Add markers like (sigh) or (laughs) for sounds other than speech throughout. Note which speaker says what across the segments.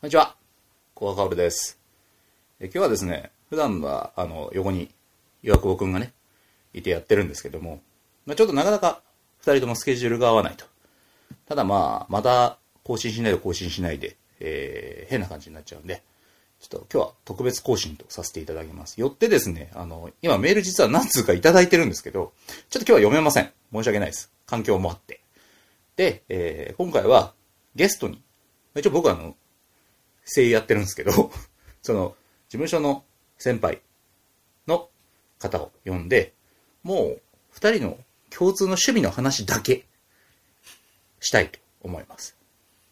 Speaker 1: こんにちは。コアカオルです。え今日はですね、普段は、あの、横に岩久保くんがね、いてやってるんですけども、まあ、ちょっとなかなか二人ともスケジュールが合わないと。ただまあ、また更新しないと更新しないで、えー変な感じになっちゃうんで、ちょっと今日は特別更新とさせていただきます。よってですね、あの、今メール実は何通かいただいてるんですけど、ちょっと今日は読めません。申し訳ないです。環境もあって。で、えー今回はゲストに、一応僕はあの、声優やってるんですけど、 (laughs) その、事務所の先輩の方を呼んで、もう、二人の共通の趣味の話だけ、したいと思います。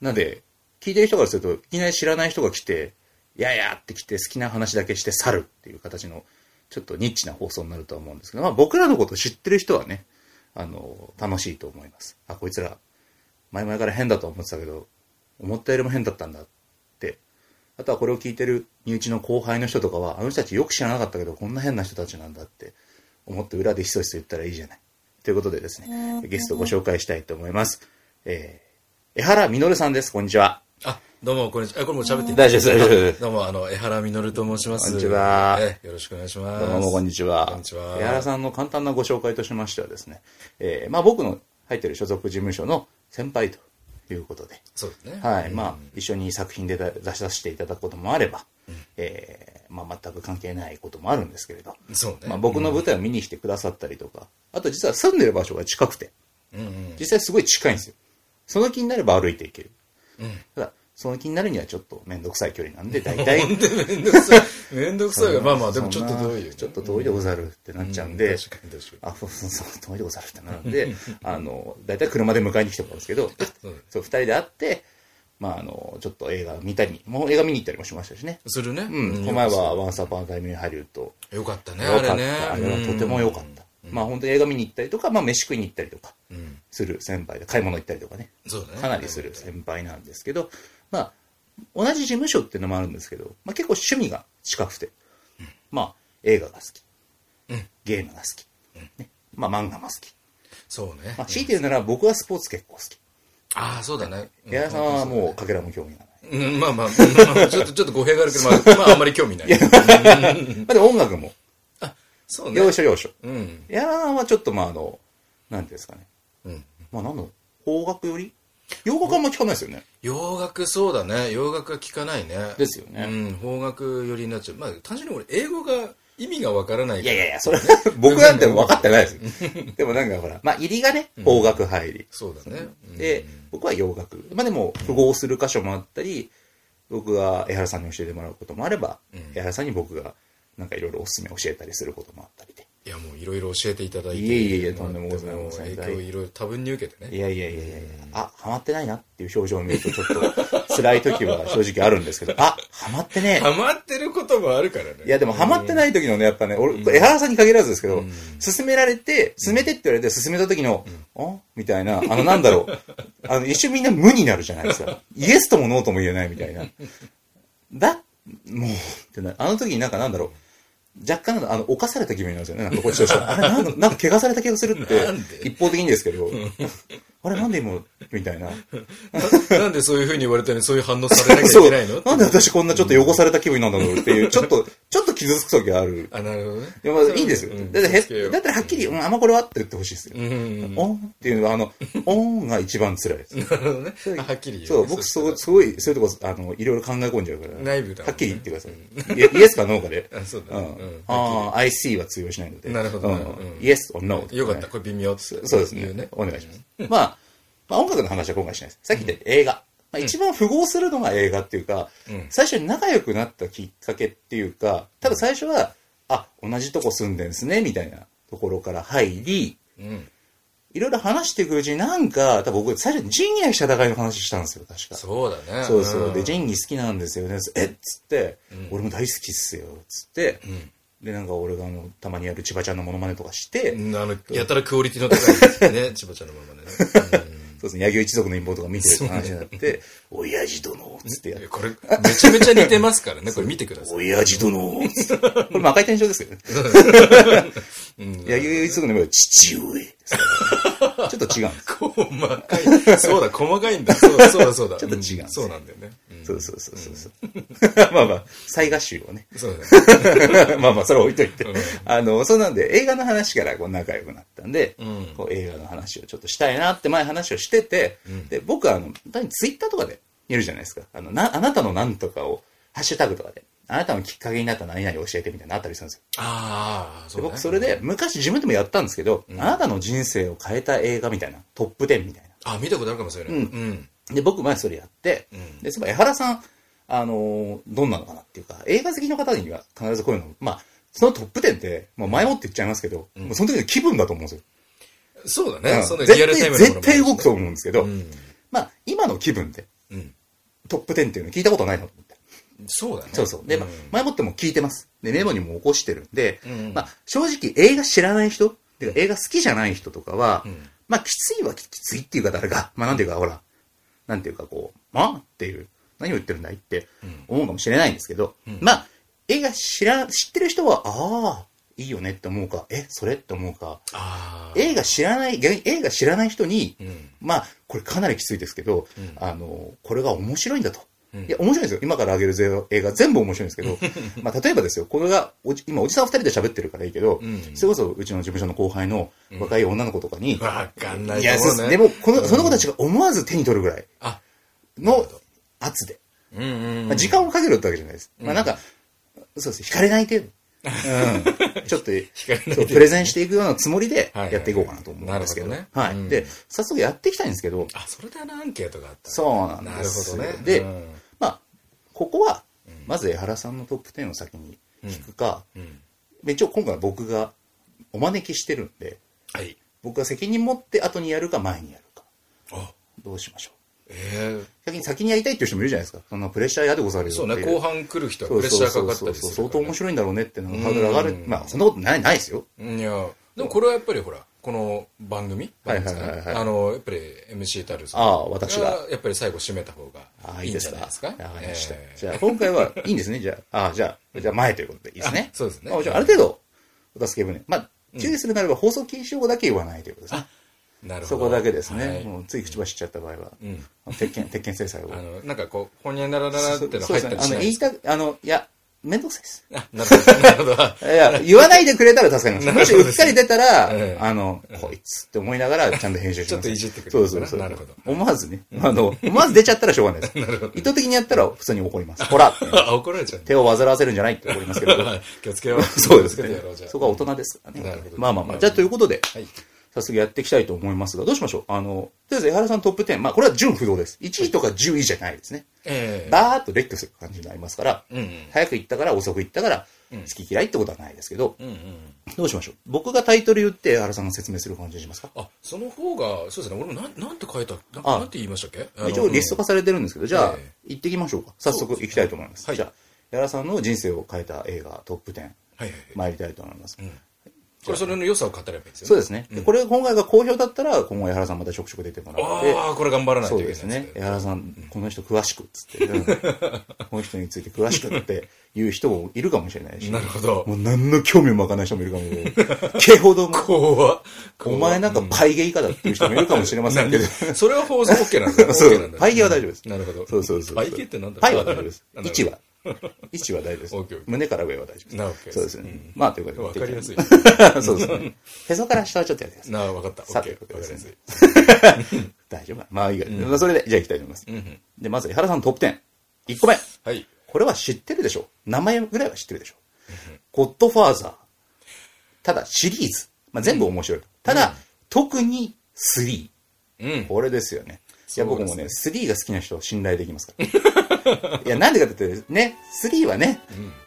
Speaker 1: なんで、聞いてる人からすると、いきなり知らない人が来て、いやいやって来て好きな話だけして去るっていう形の、ちょっとニッチな放送になるとは思うんですけど、まあ僕らのこと知ってる人はね、あの、楽しいと思います。あ、こいつら、前々から変だと思ってたけど、思ったよりも変だったんだって。あとはこれを聞いてる身内の後輩の人とかは、あの人たちよく知らなかったけど、こんな変な人たちなんだって思って裏でひそひそ言ったらいいじゃ (laughs) ない。ということでですね、ゲストをご紹介したいと思います。えー、江原実さんです。こんにちは。
Speaker 2: あ、どうも、こんにちは。あこれもう喋っていい
Speaker 1: 大丈夫です大丈夫です
Speaker 2: どうも、あの、江原実と申します。
Speaker 1: こんにちは
Speaker 2: えよろしくお願いします。
Speaker 1: どうも、こんにちは。
Speaker 2: こんにちは
Speaker 1: 江原さんの簡単なご紹介としましてはですね、えー、まあ僕の入ってる所属事務所の先輩ということで、
Speaker 2: そうですね。
Speaker 1: はい、まあ一緒に作品で出出させていただくこともあれば、えー、まあ全く関係ないこともあるんですけれど、
Speaker 2: そうね。
Speaker 1: まあ僕の舞台を見に来てくださったりとか、あと実は住んでる場所が近くて、
Speaker 2: うんうん。
Speaker 1: 実際すごい近いんですよ。その気になれば歩いていける。ただ、その気になるにはちょっと面倒くさい距離なん
Speaker 2: (laughs)
Speaker 1: で、大体。
Speaker 2: ほんで、めんどくさい。めんどくさいが、まあまあ、でもちょっと遠いよね。
Speaker 1: ちょっと遠いでござるってなっちゃうんで、
Speaker 2: うん確かに確かに
Speaker 1: あ、そうそうそう、遠いでござるってなるん (laughs) で、あの、だいたい車で迎えに来てもらうんですけど、そう、二人で会って、まあ、あの、ちょっと映画見たり、もう映画見に行ったりもしましたしね。
Speaker 2: するね。
Speaker 1: うん、この前は、ワンサーパンタイムに入ると、
Speaker 2: よかったね、
Speaker 1: よ
Speaker 2: あ
Speaker 1: か
Speaker 2: れ
Speaker 1: っ
Speaker 2: ね。
Speaker 1: た。あれはとても良かった。まあ、本当に映画見に行ったりとか、まあ、飯食いに行ったりとか、する先輩で、買い物行ったりとかね。
Speaker 2: そうだね。
Speaker 1: かなりする先輩なんですけど、まあ、同じ事務所っていうのもあるんですけど、まあ、結構趣味が近くて、まあ、映画が好き、
Speaker 2: うん
Speaker 1: ゲームが好き、ねまあ、漫画も好き、
Speaker 2: そうね
Speaker 1: まあ、。強いて言うなら僕はスポーツ結構好き
Speaker 2: ああ、そうだね。うん
Speaker 1: 矢原さんはもうかけらも興味がない、
Speaker 2: うん、まあまあ、まあまあちょっと、ちょっと語弊があるけど、まあ、まあ、あんまり興味ない。
Speaker 1: まあ、でも音楽も
Speaker 2: そうね。
Speaker 1: 要所要所
Speaker 2: うん。
Speaker 1: 矢原さんはちょっとまああのなんていうんですかね
Speaker 2: うん。
Speaker 1: まあなんだろう邦楽より洋楽あんま聞かないですよね
Speaker 2: 洋楽そうだね洋楽は聞かないね
Speaker 1: ですよね
Speaker 2: うん邦楽寄りになっちゃうまあ単純に俺英語が意味がわからない
Speaker 1: い
Speaker 2: か
Speaker 1: や
Speaker 2: ら
Speaker 1: いやいや、それ、 (laughs) 僕なんて分かってないですよ。でもなんかほら、まあ入りがね、邦楽入り。
Speaker 2: そうだね
Speaker 1: で、僕は洋楽。まあでも、符合する箇所もあったり、僕が江原さんに教えてもらうこともあれば、江原さんに僕がなんかいろいろおすすめ教えたりすることもあったりで。
Speaker 2: いやもういろいろ教えていただいて
Speaker 1: いえいえいえとんでもございません
Speaker 2: もう影響いろいろ多分に受けて
Speaker 1: い
Speaker 2: ね
Speaker 1: やいやいやいやいや、あ、ハマってないなっていう表情を見るとちょっと辛い時は正直あるんですけど、あ、ハマってねえ。
Speaker 2: ハマってることもあるからね
Speaker 1: いやでもハマってない時のね、やっぱね、俺、江原さんに限らずですけど、勧められて、勧めてって言われて勧めた時の、あみたいな、あのなんだろ
Speaker 2: (laughs)
Speaker 1: う、あの一瞬みんな無になるじゃないですか。イエスともノーとも言えないみたいな。だ、もう、ってな、あの時になんかなんだろう、若干なんかあの、犯された気分になるんですよね。なんかこっちとしては。あれ、なんか、なんか怪我された気がするって
Speaker 2: なん、で
Speaker 1: 一方的にですけど、あれ、なんで今、みたいな。
Speaker 2: なんでそういうふうに言われたのにそういう反応されなきゃい
Speaker 1: そ
Speaker 2: け
Speaker 1: う
Speaker 2: ないの。
Speaker 1: なんで私こんなちょっと汚された気分になるんだろうっていう、ちょっと、ちょっと傷つく時がある。
Speaker 2: あなるほど
Speaker 1: (laughs)
Speaker 2: ね
Speaker 1: いやまあ、いいですよ。
Speaker 2: うん
Speaker 1: だって
Speaker 2: 気をつけよ
Speaker 1: へ、
Speaker 2: う
Speaker 1: だったらはっきり、うん、あんまこれはって言ってほしいですよ。
Speaker 2: うんうん
Speaker 1: オンっていうのは、あの、オンが一番辛いです。
Speaker 2: なるほどねあ (laughs) はっきり言
Speaker 1: そうう、
Speaker 2: ね
Speaker 1: 僕、
Speaker 2: したら
Speaker 1: そう、すごい、そういうとこ、あの、いろいろ考え込んじゃうから。
Speaker 2: 内部だもんね
Speaker 1: はっきり言ってください。イエイエスかノーかで。
Speaker 2: (laughs) あそうだ
Speaker 1: う
Speaker 2: ね
Speaker 1: ん
Speaker 2: うん。
Speaker 1: ああ、IC は通用しないので。
Speaker 2: なるほど
Speaker 1: うん
Speaker 2: なるほどうん
Speaker 1: イエス or no
Speaker 2: よかったこれ微妙って
Speaker 1: そうです
Speaker 2: 言
Speaker 1: ね。お願いします。まあ、まあ音楽の話は今回しないです。さっき言った映画。まあ、一番符合するのが映画っていうか、
Speaker 2: うん
Speaker 1: 最初に仲良くなったきっかけっていうか、多分最初は、あ、同じとこ住んでんすね、みたいなところから入り、
Speaker 2: うん
Speaker 1: いろいろ話していくうちになんか、多分僕最初に仁義なき戦いの話したんですよ、確か。
Speaker 2: そうだね
Speaker 1: そうそう。
Speaker 2: ん
Speaker 1: で、仁義好きなんですよね。えっつって、俺も大好きっすよ、つって。で、なんか俺があの、たまにやる千葉ちゃんのモノマネとかして、
Speaker 2: うんあのやたらクオリティの高いですね千葉ちゃんのままね
Speaker 1: (laughs)
Speaker 2: うん
Speaker 1: そうですね、柳生一族の陰謀とか見てるって話になって、親父殿つってやっ
Speaker 2: いや
Speaker 1: (laughs) て、
Speaker 2: これ、めちゃめちゃ似てますか
Speaker 1: (laughs)
Speaker 2: らね。これ見てください。
Speaker 1: 親父殿つって。 (laughs) これも赤い天井ですけどね。 (laughs)
Speaker 2: うん、
Speaker 1: 柳生一族の陰謀は父 (laughs) 上ですからね。ちょっと違うんです。
Speaker 2: 細かい。そうだ、細かいんだ。そうだ、そうだ、そうだ。
Speaker 1: (laughs) ちょっと違うんです
Speaker 2: そうなんだよね。うん
Speaker 1: そうそうそうそうそう。 (laughs) まあまあ、再合集をね。
Speaker 2: そうだ
Speaker 1: (laughs)
Speaker 2: ね。
Speaker 1: まあまあ、それは置いといて
Speaker 2: うん。
Speaker 1: あの、そうなんで、映画の話からこう仲良くなったんで、
Speaker 2: ん
Speaker 1: こう映画の話をちょっとしたいなって前話をしてて、で、僕はあの、単にツイッターとかで見るじゃないですか。あの、な、あなたのなんとかを、ハッシュタグとかで、あなたのきっかけになった何々教えてみたいなのあったりするんですよ。
Speaker 2: ああ、そ
Speaker 1: で
Speaker 2: うだね。
Speaker 1: 僕それで、昔自分でもやったんですけど、あなたの人生を変えた映画みたいな、トップ10みたいな。
Speaker 2: あ、見たことあるかもしれない。
Speaker 1: うん
Speaker 2: うん。
Speaker 1: で、僕前それやって、
Speaker 2: うん
Speaker 1: で、そういえば江原さん、あのーどんなのかなっていうか、映画好きの方には必ずこういうの、まあ、そのトップ10って、もう前もって言っちゃいますけど、もうその時の気分だと思うんですよ。
Speaker 2: そうだ
Speaker 1: う
Speaker 2: ね。
Speaker 1: ん
Speaker 2: その
Speaker 1: 絶
Speaker 2: リアルタイ
Speaker 1: 対、
Speaker 2: ムのものも
Speaker 1: 絶対動くと思うんですけど、
Speaker 2: うん。
Speaker 1: まあ、今の気分で
Speaker 2: うん。
Speaker 1: トップ10っていうの聞いたことないなと思って。
Speaker 2: そうだね。
Speaker 1: そうそう。で、まあ
Speaker 2: ん、
Speaker 1: 前もっても聞いてます。で、メモにも起こしてるんで、
Speaker 2: うん
Speaker 1: まあ、正直映画知らない人、てか映画好きじゃない人とかは、
Speaker 2: ん
Speaker 1: まあ、きついはきついっていうか、誰か、まあ、なんていうか、ほら、なんていうか、こう、まあっていう、何を言ってるんだいって思うかもしれないんですけど、まあ、映画知ら、知ってる人は、ああ、いいよねって思うか、え、それって思うか、
Speaker 2: ああ。
Speaker 1: 映画知らない、逆に映画知らない人に、
Speaker 2: うん。
Speaker 1: まあ、これかなりきついですけど、
Speaker 2: ん
Speaker 1: あの、これが面白いんだと。
Speaker 2: うん
Speaker 1: いや、面白いですよ。今からあげるぜ映画全部面白いんですけど、まあ、例えばですよ、これがおじ、今、おじさん二人で喋ってるからいいけど、
Speaker 2: ん
Speaker 1: それこそうちの事務所の後輩の若い女の子とかに、
Speaker 2: わかんないい
Speaker 1: や、
Speaker 2: と
Speaker 1: そう
Speaker 2: 思う
Speaker 1: です
Speaker 2: ね。
Speaker 1: でも、この、その子たちが思わず手に取るぐらい
Speaker 2: あ、
Speaker 1: の圧で。
Speaker 2: うんうん
Speaker 1: まあ、時間をかけろってわけじゃないです。まあなんか、そうです。惹かれない程度。
Speaker 2: (laughs)
Speaker 1: うん、ちょっと
Speaker 2: れない程度
Speaker 1: そうプレゼンしていくようなつもりで
Speaker 2: はいはい
Speaker 1: やっていこうかなと思うんですけど。
Speaker 2: なるほどね
Speaker 1: はい、
Speaker 2: うん
Speaker 1: で、早速やっていきたいんですけど、
Speaker 2: あ、それであのアンケートがあった。
Speaker 1: そうなんですよ
Speaker 2: なるほどね。
Speaker 1: で、
Speaker 2: うん
Speaker 1: まあ、ここは、まず江原さんのトップ10を先に聞くか、
Speaker 2: うん。
Speaker 1: 一応今回僕がお招きしてるんで、
Speaker 2: はい。
Speaker 1: 僕が責任持って後にやるか前にやるか、
Speaker 2: あ、
Speaker 1: どうしましょう。
Speaker 2: え
Speaker 1: 先に先にやりたいっていう人もいるじゃないですか。そんなプレッシャーやでござる
Speaker 2: え。
Speaker 1: よ
Speaker 2: そう
Speaker 1: って
Speaker 2: ね、
Speaker 1: いう
Speaker 2: 後半来る人は
Speaker 1: そう
Speaker 2: プレッシ
Speaker 1: そ
Speaker 2: ャ
Speaker 1: う
Speaker 2: ーか
Speaker 1: そう
Speaker 2: かったりす
Speaker 1: そう
Speaker 2: る。
Speaker 1: 相当面
Speaker 2: 白
Speaker 1: 白いんだろうねっていうのがハードル上がる。まあ、そんなことない、ないですよ。
Speaker 2: い。いや、でもこれはやっぱりほら、この番組
Speaker 1: はい
Speaker 2: 番組
Speaker 1: はいはい
Speaker 2: で
Speaker 1: は
Speaker 2: すか
Speaker 1: い
Speaker 2: ねあの、やっぱり MC たるさん
Speaker 1: ああ私が。
Speaker 2: やっぱり最後締めた方
Speaker 1: あ
Speaker 2: が
Speaker 1: あ、
Speaker 2: い
Speaker 1: い
Speaker 2: い
Speaker 1: い
Speaker 2: ん
Speaker 1: で
Speaker 2: じゃ
Speaker 1: す
Speaker 2: ない
Speaker 1: か。
Speaker 2: ですか。
Speaker 1: わかりました。
Speaker 2: ええ
Speaker 1: じゃあ、今回は、いいん
Speaker 2: (laughs)
Speaker 1: ですね、じゃあ。ああ、じゃあ、じゃあ前ということでいいですね。
Speaker 2: あそうですね
Speaker 1: あじゃあ、ある程度、お助け舟。まあ、注意するならば、放送禁止用語だけ言わないということですね。
Speaker 2: なるほ
Speaker 1: そ
Speaker 2: ど。
Speaker 1: こだけですね。
Speaker 2: はい
Speaker 1: もうつい口走っちゃった場合は、
Speaker 2: ん
Speaker 1: 鉄拳、鉄拳制裁を。
Speaker 2: あの、なんかこう、ほにゃならららっ
Speaker 1: そ
Speaker 2: て
Speaker 1: うで
Speaker 2: の
Speaker 1: す
Speaker 2: 入った
Speaker 1: ね。
Speaker 2: り
Speaker 1: あ
Speaker 2: し
Speaker 1: の、
Speaker 2: な
Speaker 1: 言
Speaker 2: いで
Speaker 1: い
Speaker 2: す
Speaker 1: たく、あの、いや、めんどくさいです。
Speaker 2: あ、なるほど。なるほど。
Speaker 1: いや、言わないでくれたら助かります。
Speaker 2: (laughs)
Speaker 1: もしうっかり出たら、
Speaker 2: ええ
Speaker 1: あの、こいつって思いながら、ちゃんと編集します。
Speaker 2: ちょっといじってくれる
Speaker 1: そうそうそう。
Speaker 2: なるほど
Speaker 1: 思わずね。あの、思わず出ちゃったらしょうがない
Speaker 2: (laughs)
Speaker 1: です。意図的にやったら、普通に怒ります。ほらって
Speaker 2: あ、怒られちゃうね。
Speaker 1: 手を煩わせるんじゃないって怒りますけ
Speaker 2: (laughs)
Speaker 1: ど。
Speaker 2: 気をつけよう。
Speaker 1: そうです
Speaker 2: 気をつけて
Speaker 1: ね
Speaker 2: やろうじゃ。あ
Speaker 1: そこは大人ですからね
Speaker 2: なるほ。ど
Speaker 1: まあまあまあ。じゃあ、ということで、
Speaker 2: はい。
Speaker 1: 早速やっていきたいと思いますが、どうしましょうあの、とりあえず江原さんトップ10、まあこれは順不動です。1位とか10位じゃないですね。
Speaker 2: ええ。
Speaker 1: バーッと列挙する感じになりますから、
Speaker 2: うんうん
Speaker 1: 早く行ったから遅く行ったから、好き嫌いってことはないですけど、
Speaker 2: うんうん。
Speaker 1: どうしましょう僕がタイトル言って江原さんが説明する感じにしますか
Speaker 2: あ、その方が、そうですね。俺もなん、なんて書いた、なん
Speaker 1: あ
Speaker 2: なんて言いましたっけあの
Speaker 1: 一応リスト化されてるんですけど、じゃあ
Speaker 2: ええ
Speaker 1: 行ってきましょうか。早速行きたいと思います。
Speaker 2: はい
Speaker 1: じゃあ、江原さんの人生を変えた映画トップ10、
Speaker 2: はいはいはい。
Speaker 1: 参りたいと思います。
Speaker 2: これそれの良さを語ればいいんですよね。
Speaker 1: そうですね。でこれ今回が好評だったら、今後江原さんまたちょくちょく出てもらって、
Speaker 2: ああ、これ頑張らない
Speaker 1: そ
Speaker 2: と
Speaker 1: う
Speaker 2: いけな
Speaker 1: で
Speaker 2: い
Speaker 1: すね。江
Speaker 2: ね。
Speaker 1: 原さん、この人詳しくっつ
Speaker 2: (laughs)
Speaker 1: って、この人について詳しくって言う人もいるかもしれないし、
Speaker 2: なるほど
Speaker 1: も。う何の興味も湧かない人もいるかもしれない。けほども、
Speaker 2: 怖っ怖
Speaker 1: お
Speaker 2: っ
Speaker 1: 前なんかパイゲ以下だっていう人もいるかもしれませんけど、
Speaker 2: それは放送 OK なんだ
Speaker 1: (laughs)
Speaker 2: ね。
Speaker 1: そ
Speaker 2: OK な、
Speaker 1: うん
Speaker 2: だ
Speaker 1: パイ
Speaker 2: ね。
Speaker 1: ゲは大丈夫です。
Speaker 2: なるほど
Speaker 1: そうそうそう。
Speaker 2: パイゲってなんだ
Speaker 1: パイは大丈夫です
Speaker 2: な。ん
Speaker 1: 位
Speaker 2: だ
Speaker 1: 置は。位置は大丈夫です
Speaker 2: オッケーオッケ。ー
Speaker 1: 胸から上は大丈夫
Speaker 2: なオ
Speaker 1: で
Speaker 2: ッケ
Speaker 1: す。
Speaker 2: ーです
Speaker 1: そうですよね。まあ、ということ
Speaker 2: わ
Speaker 1: で。
Speaker 2: かりやすい。
Speaker 1: (laughs) そうですね。へそから下はちょっとやってください。
Speaker 2: なあ、わかった。OK。
Speaker 1: さ
Speaker 2: わ
Speaker 1: て
Speaker 2: かりやすい。
Speaker 1: (laughs) 大丈夫かなまあいいや。まあそれで、じゃあ行きたいと思います。で、まず、江原さんのトップ10。1個目。
Speaker 2: はい。
Speaker 1: これは知ってるでしょ名前ぐらいは知ってるでしょゴッドファーザー。ただ、シリーズ。まあ、全部面白い。ただ、特に3。
Speaker 2: うん。
Speaker 1: これですよね。いや、
Speaker 2: そう
Speaker 1: 僕
Speaker 2: ですね
Speaker 1: もね、3が好きな人は信頼できますから。
Speaker 2: (laughs)
Speaker 1: いや、なんでかって言って、ね、3はね、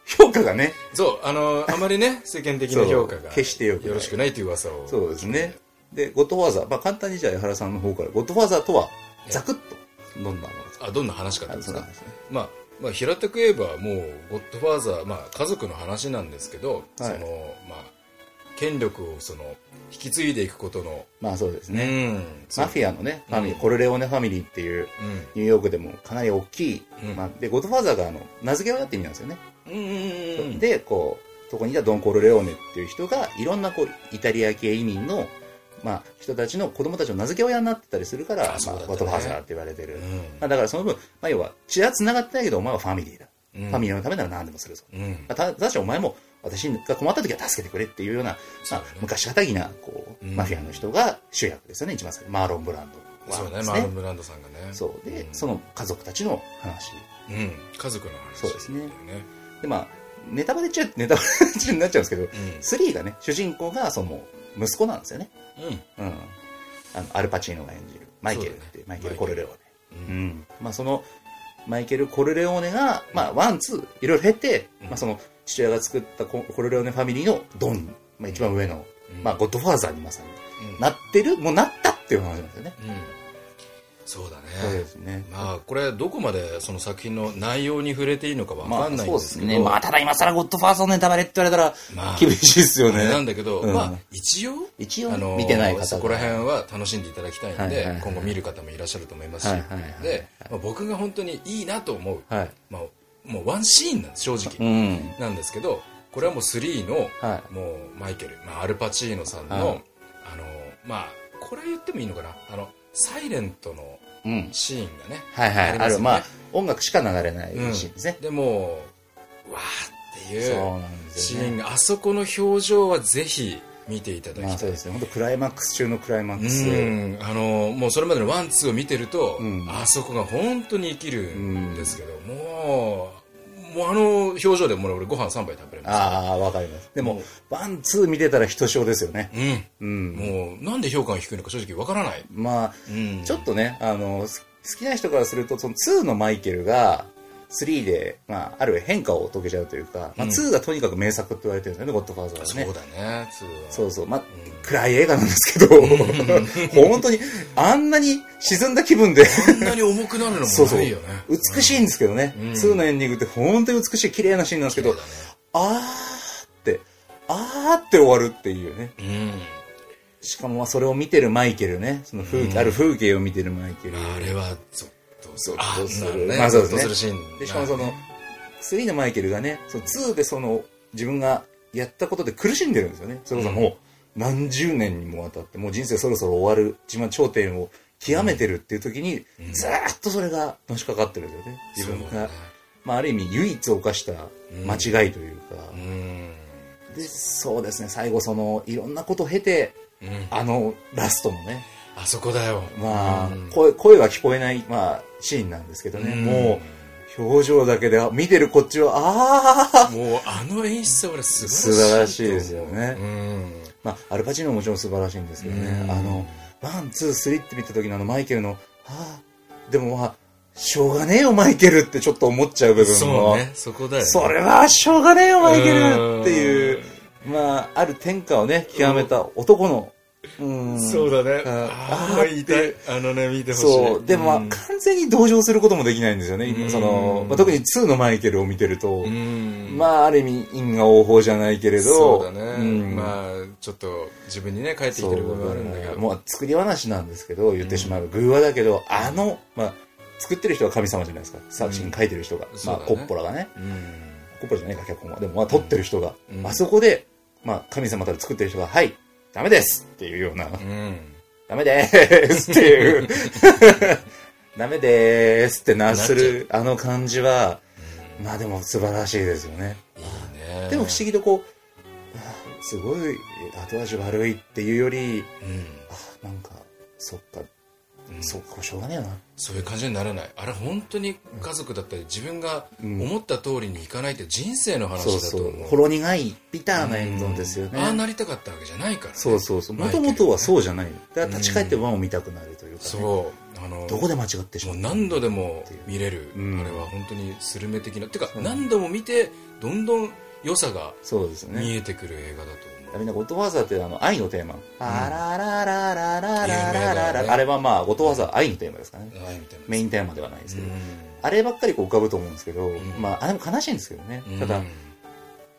Speaker 1: 評価がね、
Speaker 2: そう、あの、あまり
Speaker 1: (laughs)
Speaker 2: ね、世間的な評価
Speaker 1: そ
Speaker 2: が。
Speaker 1: う決してよくない
Speaker 2: ろしくないという噂を。
Speaker 1: そうですね。で、ゴッドファーザー。まあ、簡単にじゃあ、江原さんの方から、ゴッドファーザーとは、ザクッと、どんなものですか
Speaker 2: あ、どんな話かって
Speaker 1: あ
Speaker 2: こと
Speaker 1: そう
Speaker 2: で
Speaker 1: な
Speaker 2: す
Speaker 1: んで
Speaker 2: か
Speaker 1: すね。
Speaker 2: まあ、まあ、平たく言えば、もう、ゴッドファーザー、まあ、家族の話なんですけど、その、まあ、権力を、その、引き継いでいくことの、
Speaker 1: まあ、そうです
Speaker 2: う
Speaker 1: ね。
Speaker 2: ん。
Speaker 1: マフィアのね、ファミリー、
Speaker 2: うん
Speaker 1: コルレオネファミリーっていう、
Speaker 2: うん。
Speaker 1: ニューヨークでもかなり大きい、
Speaker 2: うん
Speaker 1: まあ、で、ゴッドファーザーがあの名付け親って意味なんですよね。
Speaker 2: うんうんうんうん。
Speaker 1: で、こう、そこにいたドン・コルレオーネっていう人が、いろんなこう、イタリア系移民の、まあ、人たちの子供たちの名付け親になってたりするから、
Speaker 2: あそ
Speaker 1: ま
Speaker 2: う
Speaker 1: あ、
Speaker 2: だったね
Speaker 1: ゴッドファーザーって言われてる。
Speaker 2: うん
Speaker 1: まあ、だからその分、まあ、要は、血は繋がってないけど、お前はファミリーだ。
Speaker 2: うん
Speaker 1: ファミリーのためなら何でもするぞ。
Speaker 2: うん
Speaker 1: まあ、ただしお前も私が困った時は助けてくれっていうような、まあ、昔かたぎなこう、
Speaker 2: うん
Speaker 1: マフィアの人が主役ですよね一番最初マーロン・ブランド
Speaker 2: そうだ
Speaker 1: で
Speaker 2: ね
Speaker 1: す
Speaker 2: マーロン・ブランドさんがね
Speaker 1: そうで、
Speaker 2: ん
Speaker 1: その家族たちの話
Speaker 2: うん家族の話
Speaker 1: そうですね
Speaker 2: だよね
Speaker 1: でまあネタバレっちゃネタバレっちゃになっちゃうんですけど3がね主人公がその息子なんですよね、
Speaker 2: うんうん
Speaker 1: うん、あのアルパチーノが演じるマイケルっ
Speaker 2: そう
Speaker 1: て、
Speaker 2: だね
Speaker 1: マイケル・コルレオーネ
Speaker 2: うん
Speaker 1: うんまあ、そのマイケル・コルレオーネが、まあ、ワン、ツー、いろいろ経て、
Speaker 2: うん
Speaker 1: まあ、その父親が作ったココルレオーネファミリーのドン、まあ、一番上の、
Speaker 2: うん
Speaker 1: まあ、ゴッドファーザーにまさに
Speaker 2: うん
Speaker 1: なってる、もうなったっていう話なんですよね。
Speaker 2: うんそうだね
Speaker 1: そうですね。
Speaker 2: まあこれどこまでその作品の内容に触れていいのかわかんないんですけど、
Speaker 1: まあ、ただ今更ゴッドファーザーのネタバレって言われたら、
Speaker 2: まあ
Speaker 1: 厳しいですよ
Speaker 2: あれなん
Speaker 1: ね。
Speaker 2: だけど、
Speaker 1: うん
Speaker 2: まあ一応
Speaker 1: 一応ね見てない方が
Speaker 2: そこら辺は楽しんでいただきたいので、
Speaker 1: はいはいはい
Speaker 2: 今後見る方もいらっしゃると思いますし、
Speaker 1: はいはいはい
Speaker 2: で、まあ、僕が本当にいいなと思う、
Speaker 1: はい。
Speaker 2: まあ、もうワンシーンなんです正直、
Speaker 1: うん。
Speaker 2: なんですけどこれはもう3の、
Speaker 1: は
Speaker 2: もうマイケル、まあ、アルパチーノさんの、
Speaker 1: はい
Speaker 2: あのまあこれ言ってもいいのかなあのサイレントの
Speaker 1: い。うん。
Speaker 2: シーンがね
Speaker 1: はいはい。あ
Speaker 2: りすよ
Speaker 1: る、
Speaker 2: ね
Speaker 1: まあ、音楽しか流れないシーンですね。
Speaker 2: でもうわーってい
Speaker 1: そう
Speaker 2: う
Speaker 1: なんです
Speaker 2: シ
Speaker 1: よ
Speaker 2: ーン
Speaker 1: ね。
Speaker 2: が、あそこの表情はぜひ見ていただき
Speaker 1: まあ、
Speaker 2: た
Speaker 1: そう
Speaker 2: い、
Speaker 1: ですね。本当クライマックス中のクライマックス。
Speaker 2: うんあのもうそれまでのワンツーを見てると、
Speaker 1: うん
Speaker 2: あそこが本当に生きるんですけど、もうもうあの表情でもう俺ご飯3杯食べれます
Speaker 1: ああ、わかります。で
Speaker 2: う
Speaker 1: も
Speaker 2: ん、
Speaker 1: ワン、ツー見てたらひとしおですよね。
Speaker 2: うん
Speaker 1: うん。
Speaker 2: もうなんで評価が低いのか正直わからない、
Speaker 1: まあ、
Speaker 2: うん
Speaker 1: ちょっとね、あの、す好きな人からすると、その2のマイケルが、3で、まあ、ある変化を遂げちゃうというか、まあ、
Speaker 2: うん
Speaker 1: 2がとにかく名作って言われてるんですよね、ゴッドファーザーは
Speaker 2: そう
Speaker 1: ね。
Speaker 2: だねツーは
Speaker 1: そうそう。まあ、
Speaker 2: ん
Speaker 1: 暗い映画なんですけど、本当に、あんなに沈んだ気分で、
Speaker 2: こんなに重くなるのも
Speaker 1: そうそう
Speaker 2: ないよね
Speaker 1: 美しいんですけどね、
Speaker 2: うん
Speaker 1: 2のエンディングって本当に美しい、綺麗なシーンなんですけど、
Speaker 2: 綺麗だね
Speaker 1: あーって、あーって終わるっていうね。
Speaker 2: うん
Speaker 1: しかもまあそれを見てるマイケルね、その風景、
Speaker 2: うん
Speaker 1: ある風景を見てるマイケル。
Speaker 2: あれはゾッとす
Speaker 1: ゾ
Speaker 2: る
Speaker 1: ッとする
Speaker 2: あなね
Speaker 1: まあそうですね
Speaker 2: ゾッとするシーン
Speaker 1: でしかもその3のマイケルがねその2でその自分がやったことで苦しんでるんですよねそれこそもう何十年にもわたってもう人生そろそろ終わる自分は頂点を極めてるっていう時に、
Speaker 2: うん
Speaker 1: ずーっとそれがのしかかってるんですよね自分
Speaker 2: そうだ
Speaker 1: が、
Speaker 2: ね
Speaker 1: まあ、ある意味唯一犯した間違いというか、
Speaker 2: うん
Speaker 1: でそうですね最後そのいろんなことを経て
Speaker 2: うん
Speaker 1: あのラストのね
Speaker 2: あそこだよ
Speaker 1: まあ、
Speaker 2: うん
Speaker 1: 声声は聞こえない、まあ、シーンなんですけどね、
Speaker 2: うん
Speaker 1: もう表情だけであ見てるこっちはああ
Speaker 2: もうあの演出は俺素
Speaker 1: 素晴
Speaker 2: 晴
Speaker 1: ら
Speaker 2: ら
Speaker 1: し
Speaker 2: し
Speaker 1: い
Speaker 2: い
Speaker 1: ですよね
Speaker 2: うん
Speaker 1: まあ、アルパチーノももちろん素晴らしいんですけどね、
Speaker 2: うん
Speaker 1: あの、ワン、ツー、スリーって見た時のあのマイケルの、はあ、でもまあ、しょうがねえよマイケルってちょっと思っちゃう部分も、
Speaker 2: そうねそこだよね
Speaker 1: それはしょうがねえよマイケルっていうう、まあ、ある天下をね、極めた男の、うん、
Speaker 2: そうだね
Speaker 1: あ
Speaker 2: ああ
Speaker 1: ー
Speaker 2: 言いたいあのね見てほしい
Speaker 1: そう。でも、まあ
Speaker 2: うん
Speaker 1: 完全に同情することもできないんですよね。
Speaker 2: うん
Speaker 1: その、まあ、特に2のマイケルを見てると、
Speaker 2: うん
Speaker 1: まあ、ある意味、因果応報じゃないけれど、
Speaker 2: そうだね
Speaker 1: うん
Speaker 2: まあちょっと自分にね帰ってき
Speaker 1: そ
Speaker 2: て
Speaker 1: う
Speaker 2: る部分はあるんだけど
Speaker 1: もう作り話なんですけど言ってしまう偶話だけど、あの、まあ、作ってる人は神様じゃないですか作品書いてる人が、
Speaker 2: そ
Speaker 1: ま
Speaker 2: う
Speaker 1: あ、
Speaker 2: だね
Speaker 1: コッポラがね
Speaker 2: うん
Speaker 1: コッポラじゃないか脚本はでもまあ撮ってる人が、
Speaker 2: うん
Speaker 1: あそこで、まあ、神様から作ってる人が「はいダメです!」っていうような
Speaker 2: うん
Speaker 1: 「ダメです!」っていう (laughs) ダメですってなするあの感じはまあでも素晴らしいですよね
Speaker 2: いいね
Speaker 1: でも不思議とこうあすごい後味悪いっていうより
Speaker 2: うん
Speaker 1: あなんかそっか、
Speaker 2: うん
Speaker 1: そっかしょうがねえよな
Speaker 2: そういう感じにならないあれ本当に家族だったり自分が
Speaker 1: うん
Speaker 2: 思った通りにいかないって人生の
Speaker 1: そ
Speaker 2: 話
Speaker 1: う
Speaker 2: だと
Speaker 1: そ
Speaker 2: 思う
Speaker 1: うほろ苦いビターな演奏ですよね、
Speaker 2: うんああなりたかったわけじゃないからね、
Speaker 1: そうそうそう
Speaker 2: マ
Speaker 1: も
Speaker 2: イケ
Speaker 1: と
Speaker 2: ル
Speaker 1: もとはそうじゃないだから立ち返ってワンを見たくなるというか、ね
Speaker 2: そうあの
Speaker 1: どこで間違ってしま
Speaker 2: も
Speaker 1: っ
Speaker 2: う
Speaker 1: た
Speaker 2: 何度でも見れる、
Speaker 1: うん
Speaker 2: あれは本当にスルメ的なてか
Speaker 1: うん
Speaker 2: 何度も見てどんどん良さが
Speaker 1: そうですよね
Speaker 2: 見えてくる映画だと思う、
Speaker 1: みんなゴッドファーザーってあの愛のテーマ、あららららららららら、
Speaker 2: 有名だよね
Speaker 1: あれはまあゴッドファーザー愛のテーマですかね
Speaker 2: ああみたいな
Speaker 1: メインテーマではないですけど、
Speaker 2: う
Speaker 1: あればっかりこう浮かぶと思うんですけど、
Speaker 2: ん
Speaker 1: まああれも悲しいんですけどね、
Speaker 2: ん
Speaker 1: ただ
Speaker 2: うん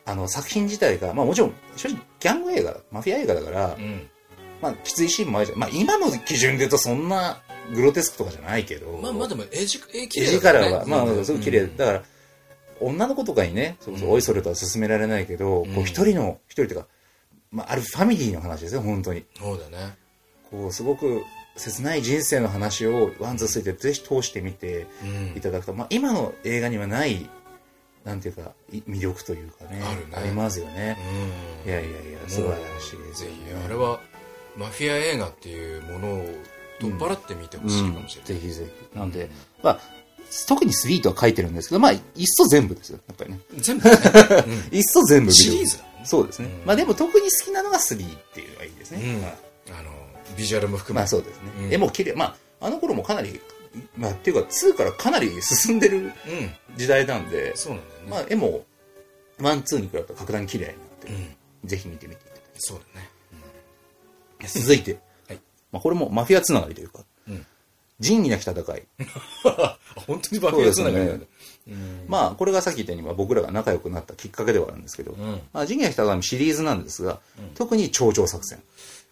Speaker 1: あの作品自体がまあもちろん正直ギャング映画マフィア映画だから、
Speaker 2: うん
Speaker 1: まあ、きついシーンもあるじゃん。まあ、今の基準で言うとそんなグロテスクとかじゃないけど。
Speaker 2: まあまあでも絵じ絵綺麗
Speaker 1: 絵力は、まあ、
Speaker 2: うん
Speaker 1: すごく綺麗。
Speaker 2: うん
Speaker 1: だから、女の子とかにね、そこそおいそれとは勧められないけど、
Speaker 2: うん
Speaker 1: こう一人の、一人というか、まあ、あるファミリーの話ですよ、本当に。
Speaker 2: そうだね
Speaker 1: こう、すごく切ない人生の話をワンツースリーでぜひ通してみて
Speaker 2: うん
Speaker 1: いただくと、まあ今の映画にはない、なんていうか、い魅力というかね、
Speaker 2: あるね
Speaker 1: りますよね。
Speaker 2: うん
Speaker 1: いやいやいや、素晴らしいです
Speaker 2: ぜ
Speaker 1: よね
Speaker 2: ひあれはマフィア映画っていうものを取っ払ってみてほしいかもしれない、
Speaker 1: ぜひぜひ。なんで、まあ、特にスリーとは書いてるんですけど、まあ、いっそ全部ですよ、やっぱりね。
Speaker 2: 全部ね、
Speaker 1: いっそ全部見る
Speaker 2: シリーズだもんね
Speaker 1: そうですね。
Speaker 2: うん
Speaker 1: まあでも特に好きなのが3っていうのがいいですね。
Speaker 2: うん
Speaker 1: まあ
Speaker 2: あのビジュアルも含
Speaker 1: ま
Speaker 2: め
Speaker 1: あ
Speaker 2: て、
Speaker 1: そうですね。
Speaker 2: うん
Speaker 1: 絵も綺麗。まあ、あの頃もかなり、まあっていうか2からかなり進んでる
Speaker 2: うん
Speaker 1: 時代なんで、
Speaker 2: そうなんだよね、
Speaker 1: まあ絵もワン、ツーに比べたら格段に綺麗になって
Speaker 2: う
Speaker 1: る、
Speaker 2: ん
Speaker 1: ぜひ見てみていただき
Speaker 2: そうだね
Speaker 1: たい続いて、
Speaker 2: はい
Speaker 1: まあこれもマフィアつながりというか、
Speaker 2: うん
Speaker 1: (laughs) 仁義なき戦い。
Speaker 2: あ本当にマフィアつながりなん
Speaker 1: そう
Speaker 2: だ
Speaker 1: でまあこれがさっき言ったようにまあ僕らが仲良くなったきっかけではあるんですけど、
Speaker 2: ん
Speaker 1: まあ、仁義なき戦いのシリーズなんですが、特に頂上作戦。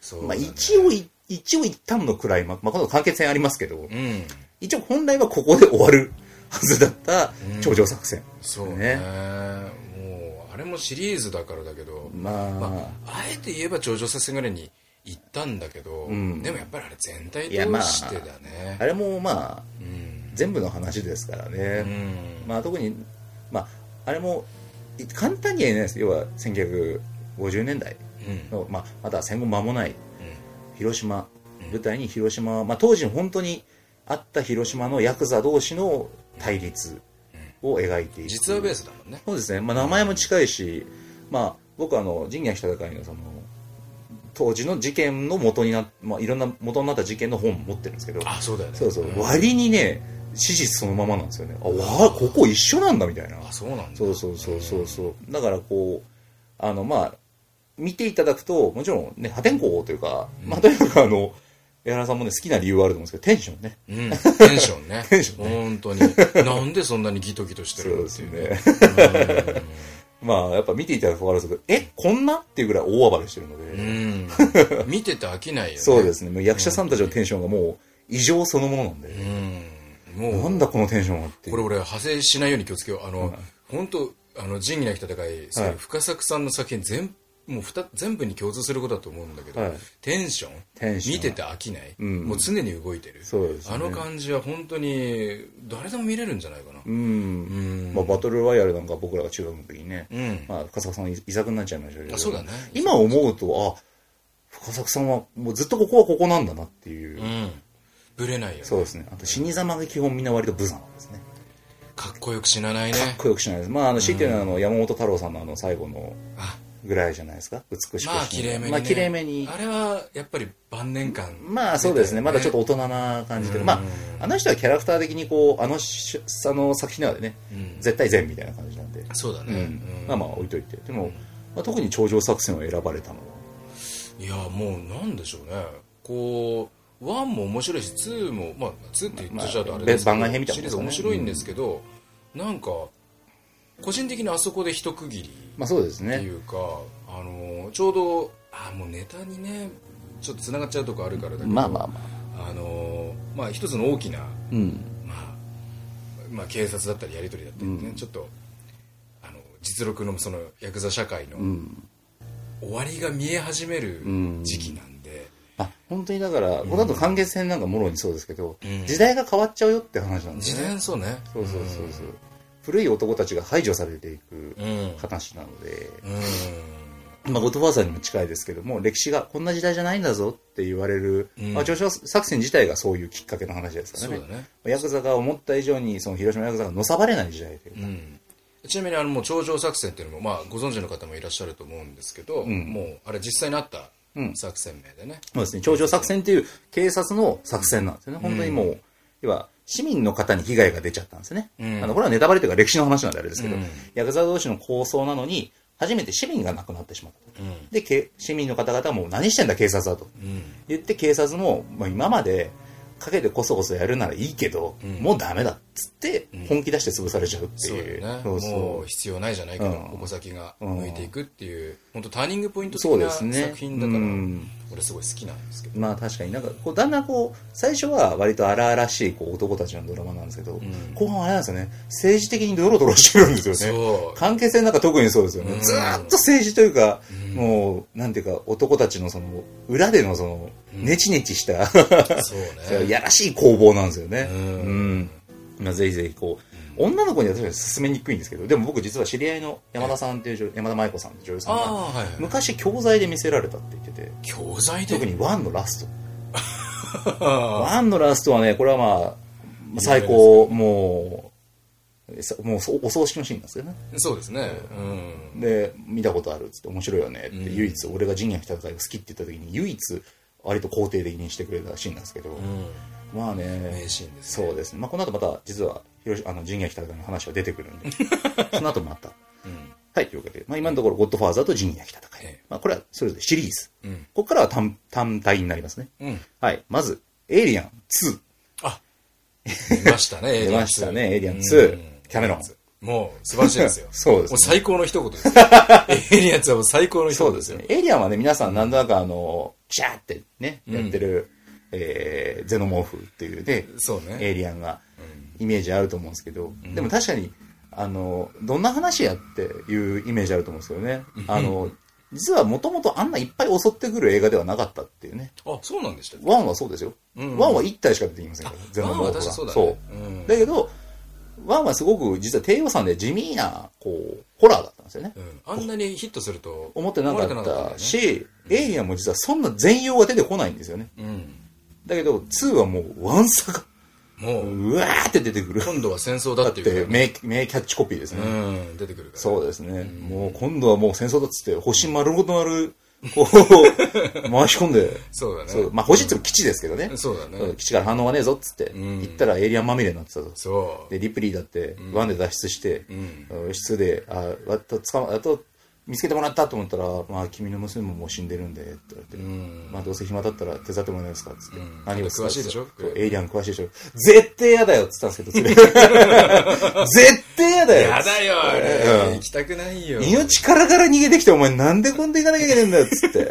Speaker 2: そう
Speaker 1: まあ、
Speaker 2: だね
Speaker 1: 一応い、一応一旦のクライマックス、まあ、この完結戦ありますけど、
Speaker 2: うん
Speaker 1: 一応本来はここで終わるはずだった頂上作戦。
Speaker 2: そうねもうあれもシリーズだからだけど、
Speaker 1: まあ、
Speaker 2: まあ、あえて言えば頂上作戦ぐらいに行ったんだけど、
Speaker 1: ん
Speaker 2: でもやっぱりあれ全体通
Speaker 1: いやまあ
Speaker 2: してだね、
Speaker 1: あれもまあ、
Speaker 2: うん
Speaker 1: 全部の話ですから
Speaker 2: う
Speaker 1: ね。
Speaker 2: ん
Speaker 1: まあ、特に、まあ、あれも、い簡単には言えないです。要は、1950年代
Speaker 2: うん
Speaker 1: の、まあ、まだ戦後間もない
Speaker 2: うん
Speaker 1: 広島、舞台に広島、まあ、当時本当にあった広島のヤクザ同士の対立を描いている。
Speaker 2: 実話ベースだもんね
Speaker 1: そうですね、まあ、名前も近いし、まあ、僕はあの仁義なき戦いのその当時の事件の元になっ、まあ、いろんな元になった事件の本持ってるんですけど
Speaker 2: あそうだよね
Speaker 1: そうそう、
Speaker 2: ん
Speaker 1: 割にね史実そのままなんですよねあわあここ一緒なんだみたいな
Speaker 2: あそうなんだ
Speaker 1: そうそうそうそうそうだからこうあのまあ見ていただくともちろんね破天荒というか、まあ、とにかくあの江原さんもね好きな理由はあると思うんですけどテンションね
Speaker 2: うん、テンションね
Speaker 1: (laughs) テンション
Speaker 2: 本当になんでそんなにギトギトしてるのっていうね
Speaker 1: ね
Speaker 2: うん
Speaker 1: まあやっぱ見ていただくと分かるんですけどえこんなっていうぐらい大暴れしてるので、
Speaker 2: う
Speaker 1: (laughs)
Speaker 2: ん、見てて飽きないよね
Speaker 1: そうですね。もう役者さんたちのテンションがもう異常そのものなんで。
Speaker 2: うんもう
Speaker 1: なんだこのテンションはっていう。
Speaker 2: これ俺派生しないように気をつけようあの、本当あの仁義なき戦い、そういう深作さんの作品全もうふた全部に共通することだと思うんだけど、
Speaker 1: はい
Speaker 2: テンション
Speaker 1: テンション
Speaker 2: 見てて飽きない、
Speaker 1: ん
Speaker 2: もう常に動いてる
Speaker 1: そうですね
Speaker 2: あの感じは本当に誰でも見れるんじゃないかな、
Speaker 1: うん。
Speaker 2: うん
Speaker 1: まあ、バトルロワイヤルなんか僕らが中学の時にね、
Speaker 2: うん
Speaker 1: まあ、深作さん遺作になっちゃいましたけど、
Speaker 2: あそうだね
Speaker 1: 今思うと、あ、深作さんはもうずっとここはここなんだなっていう。
Speaker 2: うん、ぶれないよね
Speaker 1: そうですね。あと死に様が基本みんな割と無残なんですね。
Speaker 2: かっこよく死なないね
Speaker 1: かっこよくしないです。まあ、あの、死っていうのはあの、山本太郎さんのあの、最後の
Speaker 2: あ
Speaker 1: ぐらいじゃないですか。美しく死ぬ
Speaker 2: まあ綺麗めに、ね
Speaker 1: まあ、綺麗めに。
Speaker 2: あれはやっぱり晩年間
Speaker 1: まあそうですね、まだちょっと
Speaker 2: と
Speaker 1: 大人な感じで、
Speaker 2: うん
Speaker 1: まあ、あの人はキャラクター的にこうあのしあの作品なのでね、
Speaker 2: うん
Speaker 1: 絶対善みたいな感じなんで、
Speaker 2: そうだ
Speaker 1: うん
Speaker 2: ね、うん
Speaker 1: まあまあ置いといて、でも、まあ、特に頂上作戦を選ばれたのは、
Speaker 2: いやもうなんでしょうねこう1も面白いし2も、まあ、2って言っちゃうとあれですけど、
Speaker 1: まあ番外編みたいな
Speaker 2: シ
Speaker 1: もん
Speaker 2: リ
Speaker 1: で
Speaker 2: ー
Speaker 1: す
Speaker 2: ズ
Speaker 1: よね
Speaker 2: 面白いんですけど、なんか個人的にあそこで一区切り
Speaker 1: まあそうです
Speaker 2: ってい
Speaker 1: ね、
Speaker 2: うか、あのちょうどあもうネタにねちょっとつながっちゃうとこあるからだけど、
Speaker 1: まあまあまあ、
Speaker 2: あのまあ一つの大きな、
Speaker 1: うん、
Speaker 2: まあまあ、警察だったりやり取りだったりね、ちょっとあの実力のそのヤクザ社会の
Speaker 1: うん、
Speaker 2: 終わりが見え始める時期なんで。
Speaker 1: あ本当にだから、この後完結編なんかもろにそうですけど、
Speaker 2: うん
Speaker 1: 時代が変わっちゃうよって話なんで
Speaker 2: 自
Speaker 1: すね、
Speaker 2: 然そうね
Speaker 1: そうそうそうそう、古い男たちが排除されていく
Speaker 2: うんうん
Speaker 1: 話なので。まあ、ゴッドファーザーにも近いですけども、歴史がこんな時代じゃないんだぞって言われる、
Speaker 2: うん
Speaker 1: まあ、上昇作戦自体がそういうきっかけの話ですからね。
Speaker 2: そうだね
Speaker 1: ヤクザが思った以上に、その広島ヤクザがのさばれない時代というか
Speaker 2: うんちなみにあのもう頂上作戦っていうのもまあご存知の方もいらっしゃると思うんですけど、
Speaker 1: ん
Speaker 2: もうあれ実際にあった
Speaker 1: うん
Speaker 2: 作戦名でね、
Speaker 1: そうですね、頂上作戦という警察の作戦なんですよね。本当にもう、要は、市民の方に被害が出ちゃったんですね。
Speaker 2: うん
Speaker 1: あの、これはネタバレというか歴史の話なんであれですけど、
Speaker 2: うん
Speaker 1: ヤクザ同士の抗争なのに、初めて市民が亡くなってしまった。
Speaker 2: うん
Speaker 1: で、け市民の方々はもう何してんだ警察だと。
Speaker 2: うん
Speaker 1: 言って警察も、まあ、今まで陰でこそこそやるならいいけど、
Speaker 2: うん
Speaker 1: もうダメだっつって本気出して潰されちゃうって
Speaker 2: そう
Speaker 1: いう,、
Speaker 2: だよね
Speaker 1: そうそう
Speaker 2: もう必要ないじゃないけど、
Speaker 1: うん
Speaker 2: 矛先が
Speaker 1: うん
Speaker 2: 向いていくっていう本当ターニングポイント
Speaker 1: そう
Speaker 2: 的
Speaker 1: で
Speaker 2: な
Speaker 1: すね
Speaker 2: 作品だから、
Speaker 1: うん
Speaker 2: 俺すごい好きなんですけど、
Speaker 1: まあ確かになんかこうだんだんこう最初は割と荒々しいこう男たちのドラマなんですけど、
Speaker 2: ん
Speaker 1: 後半はあれなんですよね政治的にドロドロしてるんですよね (laughs)
Speaker 2: そう
Speaker 1: 関係性なんか特にそうですよね、
Speaker 2: うん
Speaker 1: ずーっと政治というか、もうなんていうか男たちのその裏でのそのネチネチした、
Speaker 2: そう
Speaker 1: い
Speaker 2: ね。
Speaker 1: やらしい攻防なんですよね。
Speaker 2: う
Speaker 1: うんん。まあ、ぜひぜひこう、女の子には確かに勧めにくいんですけど、でも僕実は知り合いの山田さんっていう女優、山田舞子さんっていう女優さん
Speaker 2: あ
Speaker 1: が、
Speaker 2: あ、はいはい。
Speaker 1: 昔教材で見せられたって言ってて、
Speaker 2: 教材で
Speaker 1: 特にワンのラスト。
Speaker 2: あ
Speaker 1: ワンのラストはね、これはまあまあ、最高、もう、さもうおお葬式のシーンなんですよね。
Speaker 2: ー (laughs) そうですね。うん。
Speaker 1: で、見たことあるっつって面白いよねって、
Speaker 2: うん
Speaker 1: 唯一俺が仁義なき戦いが好きって言った時に、唯一割と肯定的にしてくれたシーンなんですけど、
Speaker 2: うん。
Speaker 1: まあね、
Speaker 2: 名シーンですね。
Speaker 1: そうですね。まあ、この後また、実は、広島、あの、仁義なき戦いの話は出てくる
Speaker 2: (laughs)
Speaker 1: んで、その後また。
Speaker 2: う
Speaker 1: はい、というわけで、まあ、今のところ、ゴッドファーザーと仁義なき戦
Speaker 2: え
Speaker 1: い
Speaker 2: え。
Speaker 1: まあ、これは、それぞれシリーズ。
Speaker 2: ん。うん。
Speaker 1: ここからは単、単体になりますね。
Speaker 2: うん。
Speaker 1: はい、まず、エイリアン2。
Speaker 2: あ、出ましたね、
Speaker 1: (laughs)
Speaker 2: エイ
Speaker 1: 出
Speaker 2: リアン2。
Speaker 1: ましたねエイリアン2
Speaker 2: うん
Speaker 1: キャメロン。。
Speaker 2: もう、素晴らしいですよ
Speaker 1: (laughs) そうですね
Speaker 2: もう最高の一
Speaker 1: (laughs)
Speaker 2: 言ですよ。エイリアン2はもう最高の一
Speaker 1: そう
Speaker 2: 言
Speaker 1: で
Speaker 2: です
Speaker 1: す
Speaker 2: よ。
Speaker 1: ね。エイリアンはね、皆さん、なんとなくあの、シャーってね、
Speaker 2: うん
Speaker 1: やってる、えー、ゼノモーフっていうね、
Speaker 2: そうね
Speaker 1: エイリアンが、イメージあると思うんですけど、でも確かに、あの、どんな話やっていうイメージあると思うんですよね。あの、実はもともとあんないっぱい襲ってくる映画ではなかったっていうね。
Speaker 2: あ、そうなんでしたっけ
Speaker 1: ワンはそうですよ。
Speaker 2: うんうん
Speaker 1: ワンは1体しか出てきませんから、ゼノ
Speaker 2: あ
Speaker 1: モー
Speaker 2: あ、
Speaker 1: フ
Speaker 2: 確
Speaker 1: が。
Speaker 2: かそうだね。うん
Speaker 1: だけど、ワンはすごく実は低予算で地味な、こう、ホラーだったんですよね。
Speaker 2: うんあんなにヒットすると
Speaker 1: 思ってなか
Speaker 2: 思われてなか
Speaker 1: っ
Speaker 2: った
Speaker 1: た
Speaker 2: し、
Speaker 1: し、エイリアンも実はそんな全容が出てこないんですよね。
Speaker 2: うん、
Speaker 1: だけど、2はもうワンサが、
Speaker 2: もう
Speaker 1: うわーって出てくる。
Speaker 2: 今度は戦争だ
Speaker 1: だ
Speaker 2: っ
Speaker 1: って
Speaker 2: いう
Speaker 1: て
Speaker 2: ぐらい
Speaker 1: 名、名キャッチコピーですね。
Speaker 2: うん、出てくるから
Speaker 1: そうですね。もう今度はもう戦争だっつって、星丸ごと
Speaker 2: (laughs)
Speaker 1: 丸、こう、回し込んで、
Speaker 2: そうだね
Speaker 1: そう、まあ星っつっても基地ですけどね。
Speaker 2: そうだね
Speaker 1: ん基地から反応がねえぞっつって、
Speaker 2: ん
Speaker 1: 行ったらエイリアンまみれになってたと。
Speaker 2: そう
Speaker 1: で、リプリーだって、ワンで脱出して、
Speaker 2: ん
Speaker 1: うん、室で、あ、やっと捕ま、やっと見つけてもらったと思ったら、まあ君の娘ももう死んでるんで、って言われて。
Speaker 2: うん
Speaker 1: まあどうせ暇だったら手伝ってもらえますかっつって。
Speaker 2: ん
Speaker 1: 何を
Speaker 2: 詳しいでしょ
Speaker 1: そうエイリアン詳しいでしょ絶対嫌だよっつったんですけど、それ
Speaker 2: (laughs)
Speaker 1: 絶対嫌だよっつ
Speaker 2: や
Speaker 1: って
Speaker 2: だよあ
Speaker 1: う
Speaker 2: れ
Speaker 1: ん
Speaker 2: 行きたくないよ
Speaker 1: 命からから逃げてきて、お前なんでこんで行かなきゃいけねえんだよ、つって。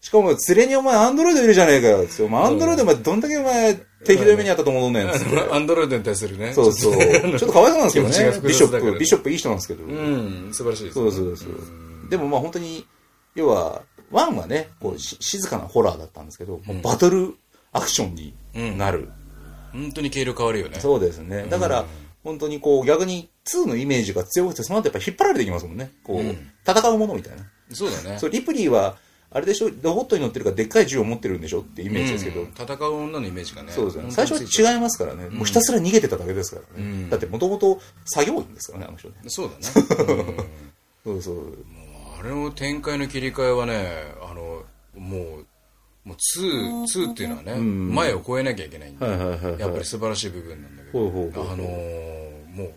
Speaker 1: しかも、連れにお前アンドロイドいるじゃねえかよ、つって。お前アンドロイドお前どんだけお前、敵の目にあったと思うねん、つって。
Speaker 2: (laughs) アンドロイドに対するね
Speaker 1: (laughs) そうそう。ちょっとかわいそうなんですけど
Speaker 2: 気持ちが
Speaker 1: ね。
Speaker 2: 複
Speaker 1: ビショ
Speaker 2: 雑だから
Speaker 1: ップ、ビショップいい人なんですけど。
Speaker 2: うん素晴らしいです
Speaker 1: そうそうそう。でもまあ本当に、要は、ワンはね、こうし静かなホラーだったんですけど、もうバトルアクションになる。
Speaker 2: 本当に軽量変わるよね
Speaker 1: そうですね。だから、本当にこう逆に2のイメージが強くて、その後やっぱ引っ張られてきますもんね。こう、戦うものみたいな。
Speaker 2: そうだね
Speaker 1: そうリプリーはあれでしょロボットに乗ってるからでっかい銃を持ってるんでしょってイメージですけど、
Speaker 2: うん戦う女のイメージがね
Speaker 1: そうですよね
Speaker 2: 本
Speaker 1: 最
Speaker 2: 当に
Speaker 1: 初は違いますからね、もうひたすら逃げてただけですからね、
Speaker 2: うん
Speaker 1: だってもともと作業員ですからねあの人ね
Speaker 2: そうだねう
Speaker 1: そ
Speaker 2: ん
Speaker 1: うそう
Speaker 2: もうあれの展開の切り替えはねあのもうもう2、2っていうのはね、
Speaker 1: ん
Speaker 2: 前を超えなきゃいけないんで、
Speaker 1: はいはいはいはい
Speaker 2: やっぱり素晴らしい部分なんだけど、
Speaker 1: ほうほうほうほう
Speaker 2: あのーも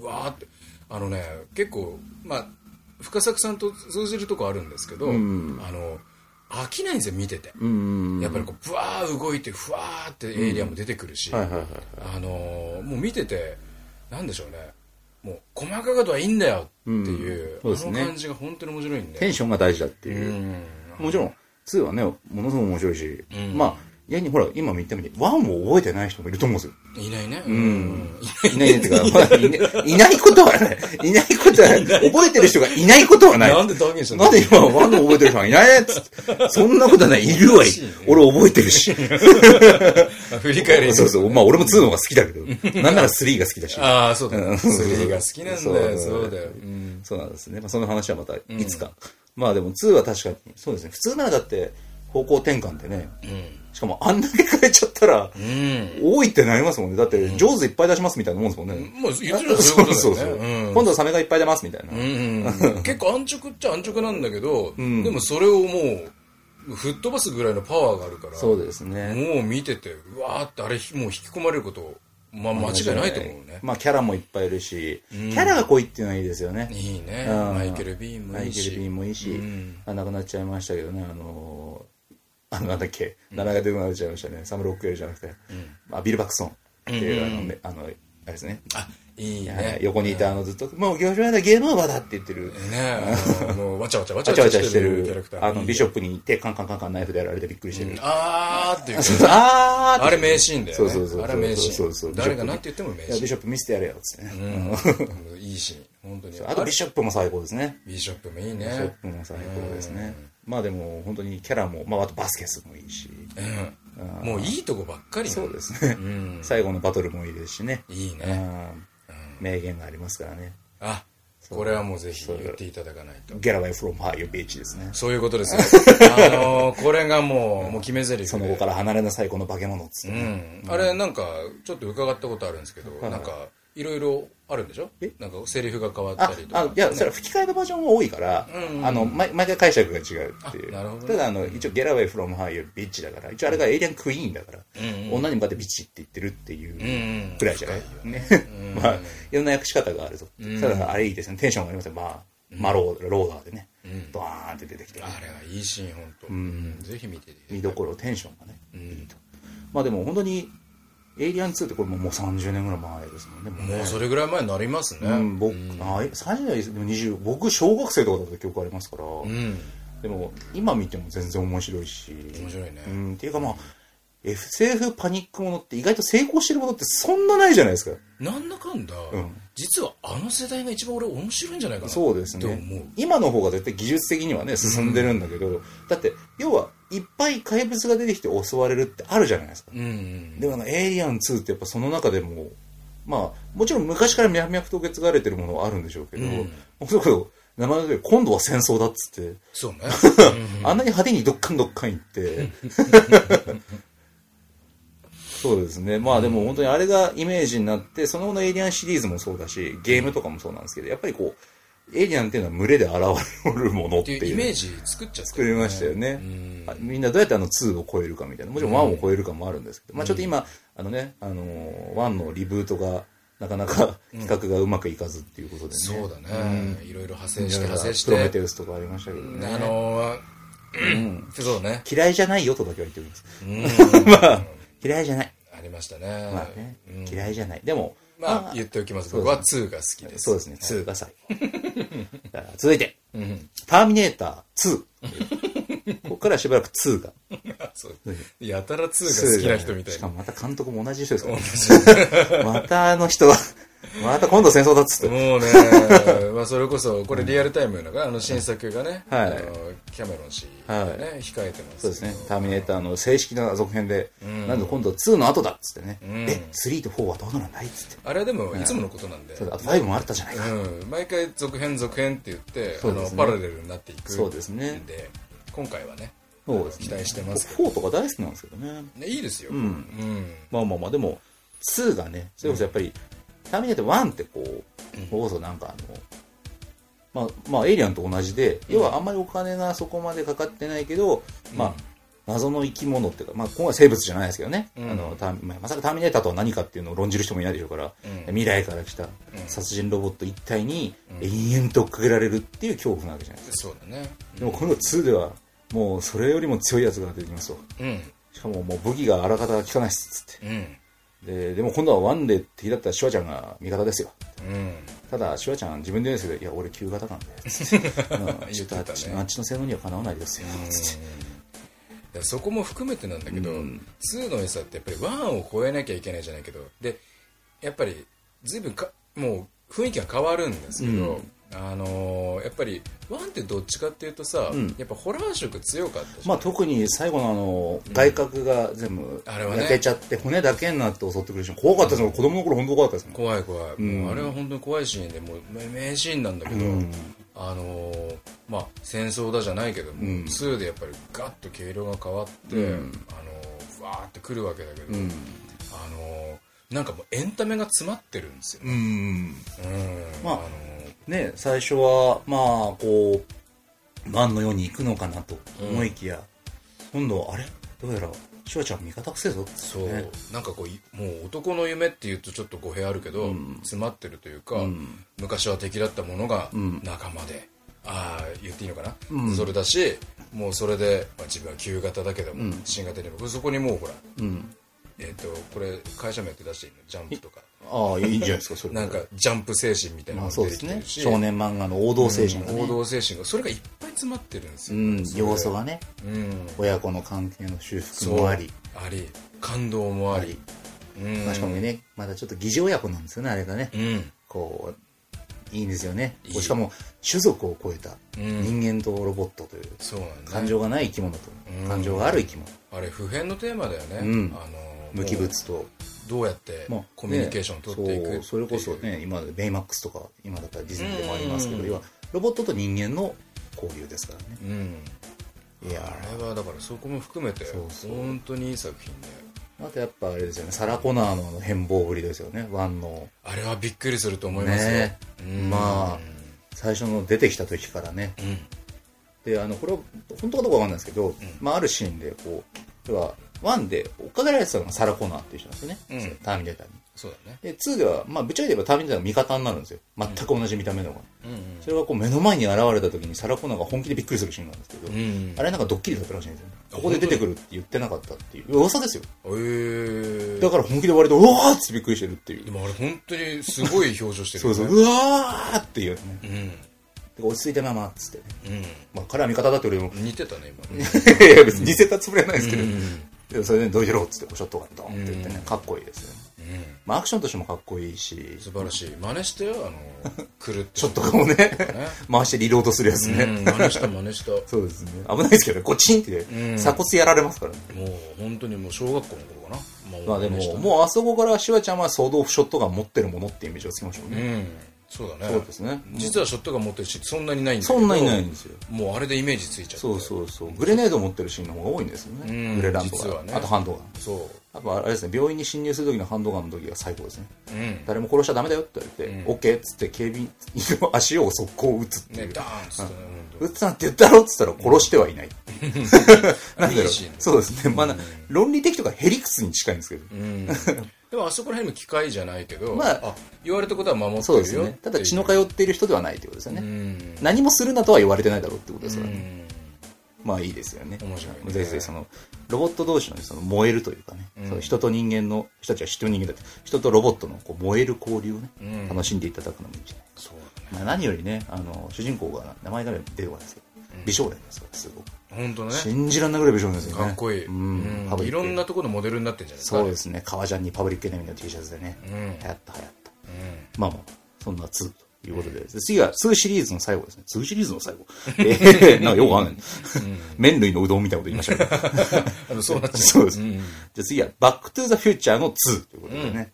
Speaker 2: う、うわーって、あのね、結構、まあ、深作さんと通じるとこあるんですけど、
Speaker 1: ん
Speaker 2: あの、飽きないんですよ、見てて。
Speaker 1: うん
Speaker 2: やっぱりこう、ぶわー動いて、ふわーってエイリアンも出てくるし、
Speaker 1: はいはいはい
Speaker 2: あのーもう見てて、なんでしょうね、もう、細かいことはいいんだよってい
Speaker 1: う
Speaker 2: う、
Speaker 1: んそうです
Speaker 2: あ
Speaker 1: ね
Speaker 2: の感じが本当に面白いんで。
Speaker 1: テンションが大事だって
Speaker 2: う
Speaker 1: いう、
Speaker 2: ん
Speaker 1: もちろん2はねものすごく面白いし、
Speaker 2: うん
Speaker 1: まあ逆にほら今言ったみたいに1を覚えてない人もいると思うんですよ
Speaker 2: いないね。
Speaker 1: ん (laughs) いないねっていうか、まあいないいないことはない。いないことはない。覚えてる人がいないことはない。
Speaker 2: なんで断言したの
Speaker 1: なんで今、ワンの覚えてる人がいないねっつって。そんなことはない。いるわい
Speaker 2: しいね。
Speaker 1: 俺覚えてるし。
Speaker 2: あ振り返れば
Speaker 1: そうそう。まあ俺も2の方が好きだけど。なんなら3が好きだし。
Speaker 2: ああ、そうだ
Speaker 1: う
Speaker 2: ね。
Speaker 1: ん
Speaker 2: スリーが好きなんだよ、
Speaker 1: そう
Speaker 2: そうだよ。うん
Speaker 1: そうなんですね。まあその話はまたいつか。まあでも2は確かに、そうですね。普通ならだって方向転換ってね。しかもあんだけ変えちゃったら、
Speaker 2: うん。
Speaker 1: 多いってなりますもんね。だって、上手いっぱい出しますみたいなもんですもんね。
Speaker 2: もう言ってみればそういうことだよね。
Speaker 1: 今度はサメがいっぱい出ますみたいな。
Speaker 2: うんうん結構安直っちゃ安直なんだけど、でもそれをもう、吹っ飛ばすぐらいのパワーがあるから、
Speaker 1: そうですね。
Speaker 2: もう見てて、うわーってあれ、もう引き込まれること、まあ間違いないと思うね。
Speaker 1: まあキャラもいっぱいいるし、キャラが濃いっていうのはいいですよね。
Speaker 2: いいね。
Speaker 1: うん
Speaker 2: マイケル・ビーンも
Speaker 1: マ
Speaker 2: い
Speaker 1: イ
Speaker 2: い
Speaker 1: ケル・
Speaker 2: し。
Speaker 1: ビーンもいいし、
Speaker 2: うん
Speaker 1: あ亡くなっちゃいましたけどね、あのー、あのなんだっけ、名前が出てこなくなっちゃいましたね、サム・ロックウェルじゃなくて、まあ、ビル・バクソンっていう、あのね、あの、あれですね、
Speaker 2: あ、いい
Speaker 1: はい
Speaker 2: ね。
Speaker 1: 横にいたあのずっと、もう業種はゲームオーバーだって言ってる、
Speaker 2: ねあのもうわちゃわちゃわちゃ
Speaker 1: わ
Speaker 2: わ
Speaker 1: ちゃわ
Speaker 2: ち
Speaker 1: ち
Speaker 2: ゃ
Speaker 1: ゃ
Speaker 2: し
Speaker 1: して
Speaker 2: てるキャラ
Speaker 1: る
Speaker 2: クタ、ー。
Speaker 1: あの、ビショップに行って、カンカンカンカンナイフでやられてびっくりしてる。
Speaker 2: あーっていう。
Speaker 1: あー
Speaker 2: (laughs) あれ名シーンだよ
Speaker 1: そう
Speaker 2: ね。
Speaker 1: そうそうそう
Speaker 2: あれ名シ
Speaker 1: そう
Speaker 2: ー
Speaker 1: そうそう
Speaker 2: ン。誰が何て言っても名
Speaker 1: いや
Speaker 2: シ
Speaker 1: ビ
Speaker 2: ー
Speaker 1: ショップ見せてやれよっつってね、
Speaker 2: ン。うんいいシーン。本当に
Speaker 1: あとビショップも最高ですね。
Speaker 2: ビショップもいいね
Speaker 1: ビショップも最高ですね。まあでも本当にキャラも、まああとバスケスもいいし。
Speaker 2: うんもういいとこばっかり
Speaker 1: そうですね。
Speaker 2: ん
Speaker 1: 最後のバトルもいいですしね。
Speaker 2: いい
Speaker 1: うん
Speaker 2: ね
Speaker 1: 名言がありますからね。
Speaker 2: あこれはもうぜひ言っていただかないと
Speaker 1: Get away from her, you bitch ですね。
Speaker 2: そういうことですよ
Speaker 1: (laughs)
Speaker 2: あのーこれがもうもう決め台詞
Speaker 1: その
Speaker 2: で
Speaker 1: 後から離れなさい、この化け物っつって
Speaker 2: う
Speaker 1: ね。
Speaker 2: んあれなんかちょっと伺ったことあるんですけど
Speaker 1: い
Speaker 2: なんかいろいろあるんでしょ
Speaker 1: え
Speaker 2: なんかセリフが変わっ
Speaker 1: あ
Speaker 2: たりと
Speaker 1: あ
Speaker 2: か
Speaker 1: いやそれは吹き替えのバージョンが多いから、あの毎毎回解釈が違うっていう
Speaker 2: あなるほどね
Speaker 1: ただあの一応「ゲラウェイ・フロム・ハイよビッチ」だから一応あれがエイリアン・クイーンだから、女に向かってビッチって言ってるっていうくらいじゃない、ねまあいろんな訳し方があるぞ、ただあれいいですねテンション上がりますよまあマローローダーでね、ドワーンって出てきて
Speaker 2: あれはいいシーン本当うんぜひ見ていただきたい
Speaker 1: 見どころテンションがね、いいとまあでも本当に「エイリアン2」ってこれもうもう30年ぐらい前ですもんねもうね
Speaker 2: もうそれぐらい前になりますね。
Speaker 1: うん、僕、あえ30代でも20僕小学生とかだった記憶ありますから、
Speaker 2: うん。
Speaker 1: でも今見ても全然面白いし
Speaker 2: 面白いね
Speaker 1: うん、っていうかまあ SF パニックものって意外と成功してることってそんなないじゃないですか
Speaker 2: なんだかんだ、
Speaker 1: ん
Speaker 2: 実はあの世代が一番俺面白いんじゃないかな。
Speaker 1: そうです
Speaker 2: って
Speaker 1: ね
Speaker 2: 思う。
Speaker 1: 今の方が絶対技術的にはね進んでるんだけど、だって要はいっぱい怪物が出てきて襲われるってあるじゃないですか、
Speaker 2: うんうん。
Speaker 1: でもなんか「エイリアン2」ってやっぱその中でもまあもちろん昔から脈々と受け継がれてるものはあるんでしょうけど、
Speaker 2: うん
Speaker 1: 僕のこと名前の通り今度は戦争だっつって
Speaker 2: そう
Speaker 1: (laughs)
Speaker 2: ね。
Speaker 1: あんなに派手にどっかんどっかん行
Speaker 2: (laughs)
Speaker 1: って。そうですね。まあでも本当にあれがイメージになって、その後のエイリアンシリーズもそうだし、ゲームとかもそうなんですけど、やっぱりこう、エイリアンっていうのは群れで現れるものっ
Speaker 2: って
Speaker 1: てい。
Speaker 2: いううイメージ作っちゃって
Speaker 1: 作りましたよね、あみんなどうやってあの2を超えるかみたいなもちろん1を超えるかもあるんですけど、まあ、ちょっと今あのね、あのー、1のリブートがなかなか企画がうまくいかずっていうことでね、
Speaker 2: そうだね。いろいろ派生して
Speaker 1: だから
Speaker 2: 派生し
Speaker 1: プロメテ
Speaker 2: て。
Speaker 1: ウスとかありましたけどね
Speaker 2: あのー、そうね。
Speaker 1: 嫌いじゃないよとだけは言ってるんです、 (laughs) 嫌いじゃない、
Speaker 2: ありましたね。
Speaker 1: まあね
Speaker 2: うん
Speaker 1: 嫌いじゃないでも
Speaker 2: まあ、言っておきます。僕は2が好きです。
Speaker 1: そうですね2が最
Speaker 2: (laughs)
Speaker 1: 後だから続いて「ターミネーター2」ここからしばらく2が
Speaker 2: そうやたら2が
Speaker 1: 2
Speaker 2: 好きな人みたい
Speaker 1: しか
Speaker 2: な。
Speaker 1: もまた監督も同じ人ですから、ね、またあの人は、また今度戦争だっつって。
Speaker 2: もうね、まあそれこそ、これリアルタイムなのかな、あの新作がね、
Speaker 1: はい
Speaker 2: あのキャメロン氏がね、控えてます。
Speaker 1: そうですね。ターミネーターの正式な続編で、なんと今度は2の後だっつってね。え、3と4はどうなんだいっつって。
Speaker 2: あれはでもいつものことなんで、
Speaker 1: そうだあと5もあったじゃないか。
Speaker 2: うん、毎回続編続編って言って、あ
Speaker 1: そうで
Speaker 2: の
Speaker 1: すね
Speaker 2: パラレルになっていく
Speaker 1: そうですね
Speaker 2: んで今回はね
Speaker 1: そうですね
Speaker 2: 期待してますけ
Speaker 1: 4とか大好きなんですけどね。
Speaker 2: ど、ね、いいですよ、うん
Speaker 1: まあまあまあ、でも、2がね、それこそやっぱり、ターミネーター1ってこう、それこそなんかあの、まあ、まあ、エイリアンと同じで、要はあんまりお金がそこまでかかってないけど、まあ、謎の生き物っていうか、まあ、今回生物じゃないですけどね、あのターミまあまさかターミネーターとは何かっていうのを論じる人もいないでしょうから、未来から来た殺人ロボット一体に延々と追っかけられるっていう恐怖なわけじゃないですか。
Speaker 2: そうだね
Speaker 1: でも今度2では、もうそれよりも強いやつが出てきますと。
Speaker 2: うん
Speaker 1: しかももう武器があらかた効かないっすっつって。
Speaker 2: うん
Speaker 1: ででも今度はワンで敵だったシュワちゃんが味方ですよ
Speaker 2: うん
Speaker 1: ただシュワちゃん自分で言うんですけど「いや俺旧型なんで」つってうんちょっとあっち
Speaker 2: 言ってたね
Speaker 1: あっちの性能にはかなわないですよ」つって
Speaker 2: だからそこも含めてなんだけど、2の良さってやっぱり1を超えなきゃいけないじゃないけどでやっぱり随分かもう雰囲気が変わるんですけど、あのーやっぱり1ってどっちかっていうとさ、やっぱホラー色強かったじゃん
Speaker 1: まあ特に最後のあの外角が全部
Speaker 2: あれはね
Speaker 1: 焼けちゃって骨だけになって襲ってくるし怖かったですもん子供の頃本当怖かったですもん
Speaker 2: 怖い怖い、もうあれは本当に怖いシーンでもう名名シーンなんだけど、あのーまあ戦争だじゃないけども、2でやっぱりガッと毛色が変わって、あのーふわーってくるわけだけど、あのーなんかもうエンタメが詰まってるんですよ、
Speaker 1: うん
Speaker 2: うん
Speaker 1: まあね最初はまあこうワンのように行くのかなと思いきや、今度はあれどうやらシュワちゃん味方くせえぞっつっ
Speaker 2: そう、
Speaker 1: てね
Speaker 2: なんかこういもう男の夢っていうとちょっと語弊あるけど、詰まってるというか、昔は敵だったものが仲間で、ああ言っていいのかな、それだしもうそれで、まあ、自分は旧型だけども、新型にもそこにもうほら、えっ、とこれ会社名って出していいのジャンプとか
Speaker 1: ああいいんじゃないですかそれ
Speaker 2: なんかジャンプ精神みたい
Speaker 1: ま
Speaker 2: なの
Speaker 1: あ
Speaker 2: が
Speaker 1: そうで
Speaker 2: 出てき
Speaker 1: す
Speaker 2: て
Speaker 1: ね
Speaker 2: るし、
Speaker 1: 少年漫画の王道精神が
Speaker 2: 王
Speaker 1: ね、
Speaker 2: 道精神がそれがいっぱい詰まってるんです
Speaker 1: う
Speaker 2: よ、
Speaker 1: ん、
Speaker 2: それ
Speaker 1: 要素がね
Speaker 2: うん
Speaker 1: 親子の関係の修復
Speaker 2: そう
Speaker 1: もあり
Speaker 2: あり感動もあり、うん
Speaker 1: まあしかもねまだちょっと疑似親子なんですよねあれがね
Speaker 2: うん
Speaker 1: こういいんですよね
Speaker 2: いい
Speaker 1: しかも種族を超えた
Speaker 2: うん
Speaker 1: 人間とロボットという
Speaker 2: そうなんだ、
Speaker 1: 感情がない生き物と
Speaker 2: うん
Speaker 1: 感情がある生き物
Speaker 2: あれ普遍のテーマだよね、
Speaker 1: うん
Speaker 2: あの
Speaker 1: 無機物と
Speaker 2: どうやって
Speaker 1: まあ
Speaker 2: コミュニケーションを取っていくってい
Speaker 1: ね
Speaker 2: う
Speaker 1: そうそれこそね今までベイマックスとか今だったらディズニーでもありますけど
Speaker 2: うん
Speaker 1: 要はロボットと人間の交流ですからね
Speaker 2: うん
Speaker 1: いや
Speaker 2: あ
Speaker 1: ー
Speaker 2: れはだからそこも含めて
Speaker 1: そうそう
Speaker 2: 本当にいい作品で
Speaker 1: あとやっぱあれですよねサラ・コナーのあの変貌ぶりですよねワンの
Speaker 2: あれはびっくりすると思いますよ、
Speaker 1: ね
Speaker 2: うん
Speaker 1: まあ最初の出てきた時からね
Speaker 2: うん
Speaker 1: であのこれは本当かどうかわかんないですけど、まあ、あるシーンでこう要はワンで追っかけられてたのがサラ・コナーっていう人なんですよね、
Speaker 2: うん
Speaker 1: そのターミネーターに
Speaker 2: そうだね
Speaker 1: で2では、まあ、ぶっちゃけ言えばターミネーターの味方になるんですよ全く同じ見た目のが、
Speaker 2: うん
Speaker 1: それがこう目の前に現れた時にサラ・コナーが本気でびっくりするシーンなんですけど、
Speaker 2: うんうん
Speaker 1: あれなんかドッキリだったらしいんですよねここで出てくるって言ってなかったっていう噂ですよ
Speaker 2: えー、
Speaker 1: だから本気で割とうわーってびっくりしてるっていう
Speaker 2: でもあれ本当にすごい表情してる
Speaker 1: そう
Speaker 2: よね
Speaker 1: そううわーっていうね
Speaker 2: うん
Speaker 1: で落ち着いたままっつってね、
Speaker 2: う
Speaker 1: まあ、彼は味方だって俺も
Speaker 2: ん似てたね今ね
Speaker 1: いやいや (laughs) 別に似せたつもりはないですけど、
Speaker 2: うん
Speaker 1: でそれで「どうやろう」っつってこうショットガンドンって言ってね、
Speaker 2: うん
Speaker 1: かっこいいですよね、
Speaker 2: うん
Speaker 1: まあ、アクションとしてもかっこいいし
Speaker 2: 素晴らしい真似してよあの
Speaker 1: (laughs)
Speaker 2: 狂って
Speaker 1: ショットガンをね回してリロードするやつね、
Speaker 2: うん真似した真似した
Speaker 1: そうですね危ないですけどねこうチンってね、
Speaker 2: うん
Speaker 1: 鎖骨やられますからね
Speaker 2: もう本当にもう小学校の頃かな
Speaker 1: まあでも、
Speaker 2: う
Speaker 1: もうあそこからシュワちゃんは総動ショットガン持ってるものっていうイメージをつけましょう
Speaker 2: う
Speaker 1: ね、
Speaker 2: んそうだね
Speaker 1: そうですね
Speaker 2: 実はショットガン持ってるしそんなにないんだけど
Speaker 1: そんなにないんですよ
Speaker 2: もうあれでイメージついちゃって
Speaker 1: そうそうそうグレネード持ってるシーンの方が多いんですよね、
Speaker 2: うん
Speaker 1: グレランと
Speaker 2: 実
Speaker 1: か、
Speaker 2: はね
Speaker 1: あとハンドガン
Speaker 2: そ
Speaker 1: あとあれですね病院に侵入する時のハンドガンの時が最高ですね
Speaker 2: ううん
Speaker 1: 誰も殺しちゃダメだよって言われて、
Speaker 2: うん
Speaker 1: オッケーっつって警備員の足を速攻撃つっていう、
Speaker 2: ねダーンっつってね本当
Speaker 1: 撃つなんて言ったろっつったら殺してはいない、なんだ
Speaker 2: い
Speaker 1: ろ
Speaker 2: いうシーンだ
Speaker 1: そうですねまあな論理的とかヘリクスに近いんですけど、
Speaker 2: うんでもあそこら辺も機械じゃないけど
Speaker 1: まあ
Speaker 2: あ言われたことは守ってるよ
Speaker 1: そうですねただ血の通
Speaker 2: っ
Speaker 1: っている人ではないということですよ
Speaker 2: て
Speaker 1: ね、
Speaker 2: いう
Speaker 1: 何もするなとは言われてないだろうってことです
Speaker 2: う
Speaker 1: よね、
Speaker 2: ん
Speaker 1: まあいいですよね
Speaker 2: 面白いね
Speaker 1: ぜひぜひそのロボット同士のその燃えるというかね、
Speaker 2: うん
Speaker 1: その人と人間の人たちは人と人間だって人とロボットのこう燃える交流をね、
Speaker 2: うん
Speaker 1: 楽しんでいただくのもいいんじゃない
Speaker 2: そう
Speaker 1: まあ、何よりねあの主人公が名前が出てこないですけど、美少年ですからすごく、
Speaker 2: だね本当ね
Speaker 1: 信じらんなくらい美少年ですよね
Speaker 2: かっこいい
Speaker 1: うん
Speaker 2: うん
Speaker 1: パブリ
Speaker 2: い
Speaker 1: ック
Speaker 2: ろんなところのモデルになってるんじゃない
Speaker 1: そうですすね革ジャンにパブリックエネミーの T シャツでね、
Speaker 2: うんうん
Speaker 1: 流行った流行ったまあまあそんな2ということで、で次は2シリーズの最後ですね2シリーズの最後えー、なんかよくわかんない、麺類のうどんみたいなこと言いましたけど
Speaker 2: あのそうなっちゃ
Speaker 1: そうです、
Speaker 2: うん
Speaker 1: じゃあ次は「バック・トゥ・ザ・フューチャー」の2ということでね、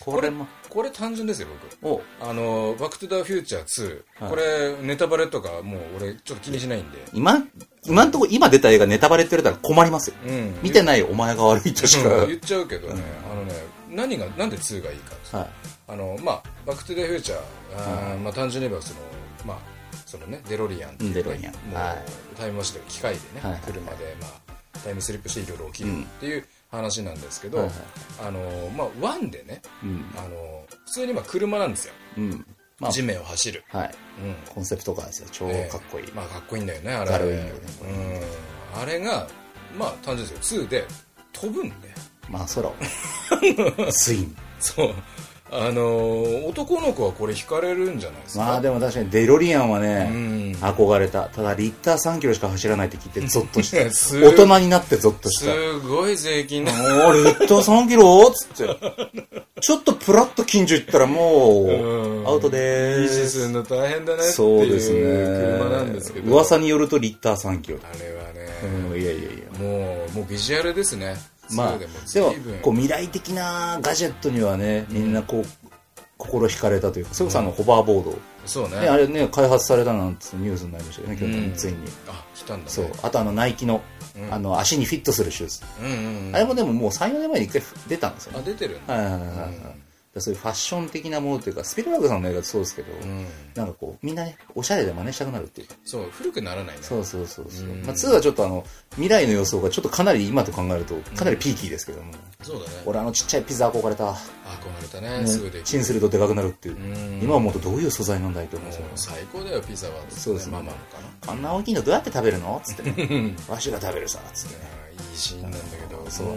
Speaker 1: これも
Speaker 2: これ単純ですよ僕
Speaker 1: お
Speaker 2: あの、バックトゥザフューチャー2、
Speaker 1: はい
Speaker 2: これ、ネタバレとか、もう俺、ちょっと気にしないんで。
Speaker 1: 今今んとこ今出た映画ネタバレって言われたら困りますよ、
Speaker 2: うん
Speaker 1: 見てないお前が悪いとしか、
Speaker 2: 言っちゃうけどね、あのね、何が、なんで2がいいかって
Speaker 1: はい
Speaker 2: あの、まあ、バックトゥザフューチャー、あーまあ、単純に言えば、その、まあ、そのね、デロリアンっていう
Speaker 1: デロリアン
Speaker 2: もう、
Speaker 1: は
Speaker 2: タイムマシンで機械でね、
Speaker 1: はいはい
Speaker 2: 車で、まあ、タイムスリップしていろいろ起きるっていう話なんですけど、
Speaker 1: はいはい
Speaker 2: あの、まあ、1でね、
Speaker 1: うん
Speaker 2: あの、普通にまあ車なんですよ。
Speaker 1: うんまあ
Speaker 2: 地面を走る。
Speaker 1: はい
Speaker 2: うん
Speaker 1: コンセプトカーですよ超
Speaker 2: ね
Speaker 1: かっこいい、
Speaker 2: まあかっこいいんだよねあれ
Speaker 1: ざるいよねこれ
Speaker 2: うんあれがまあ単純ですよ2で飛ぶんで
Speaker 1: まあ空をスイン
Speaker 2: (laughs) そうあのー男の子はこれ惹かれるんじゃないですか
Speaker 1: まあでも確かにデロリアンはね、
Speaker 2: うん
Speaker 1: 憧れたただリッター3キロしか走らないって聞いてゾッとした
Speaker 2: す
Speaker 1: 大人になってゾッとした
Speaker 2: すごい税金だ
Speaker 1: もうリッター3キロっつってちょっとプラッと近所行ったらも
Speaker 2: うん
Speaker 1: うアウトで
Speaker 2: 維
Speaker 1: ー
Speaker 2: 持
Speaker 1: す
Speaker 2: するの大変だねって
Speaker 1: そうです
Speaker 2: い
Speaker 1: ね
Speaker 2: う車なんですけど
Speaker 1: 噂によるとリッター3キロ
Speaker 2: あれはね、
Speaker 1: うんいやいやいや
Speaker 2: もうもうビジュアルですね
Speaker 1: まあ
Speaker 2: 2でも
Speaker 1: で
Speaker 2: 随
Speaker 1: も
Speaker 2: 分
Speaker 1: こう未来的なガジェットにはねみんなこう、心惹かれたというかそれこそあのホバーボード、
Speaker 2: そうね
Speaker 1: ね、あれね開発されたなんてニュースになりましたよね去年、
Speaker 2: うん
Speaker 1: ついに
Speaker 2: あ来たんだね
Speaker 1: そうあとあのナイキの,、
Speaker 2: うん
Speaker 1: あの足にフィットするシューズ、
Speaker 2: うんうんうん
Speaker 1: あれもでももう34年前に一回出たんですよ
Speaker 2: あ
Speaker 1: ね
Speaker 2: 出てるんだ
Speaker 1: はいはいはいはいはい、
Speaker 2: うん
Speaker 1: だからそういうファッション的なものというかスピルバーグさんの映画ってそうですけど、
Speaker 2: うん
Speaker 1: なんかこうみんなねおしゃれで真似したくなるっていうか
Speaker 2: そう古くならないね
Speaker 1: そうそうそうそう、
Speaker 2: うん
Speaker 1: まあ、2はちょっとあの未来の予想がちょっとかなり今と考えるとかなりピーキーですけども、
Speaker 2: そうだね
Speaker 1: 俺あのちっちゃいピザ憧れた、
Speaker 2: 憧れたねすぐでき
Speaker 1: チ
Speaker 2: る
Speaker 1: ンするとでかくなるっていう、
Speaker 2: うん
Speaker 1: 今思うとどういう素材なんだいって思うん
Speaker 2: も
Speaker 1: ですよ
Speaker 2: う最高だよピザは
Speaker 1: そうですね
Speaker 2: ママのかな
Speaker 1: あんな大きいのどうやって食べるのつって
Speaker 2: (laughs)
Speaker 1: ね、わしが食べるさ、つってね。
Speaker 2: いやいいシーンなんだけど
Speaker 1: そう
Speaker 2: もう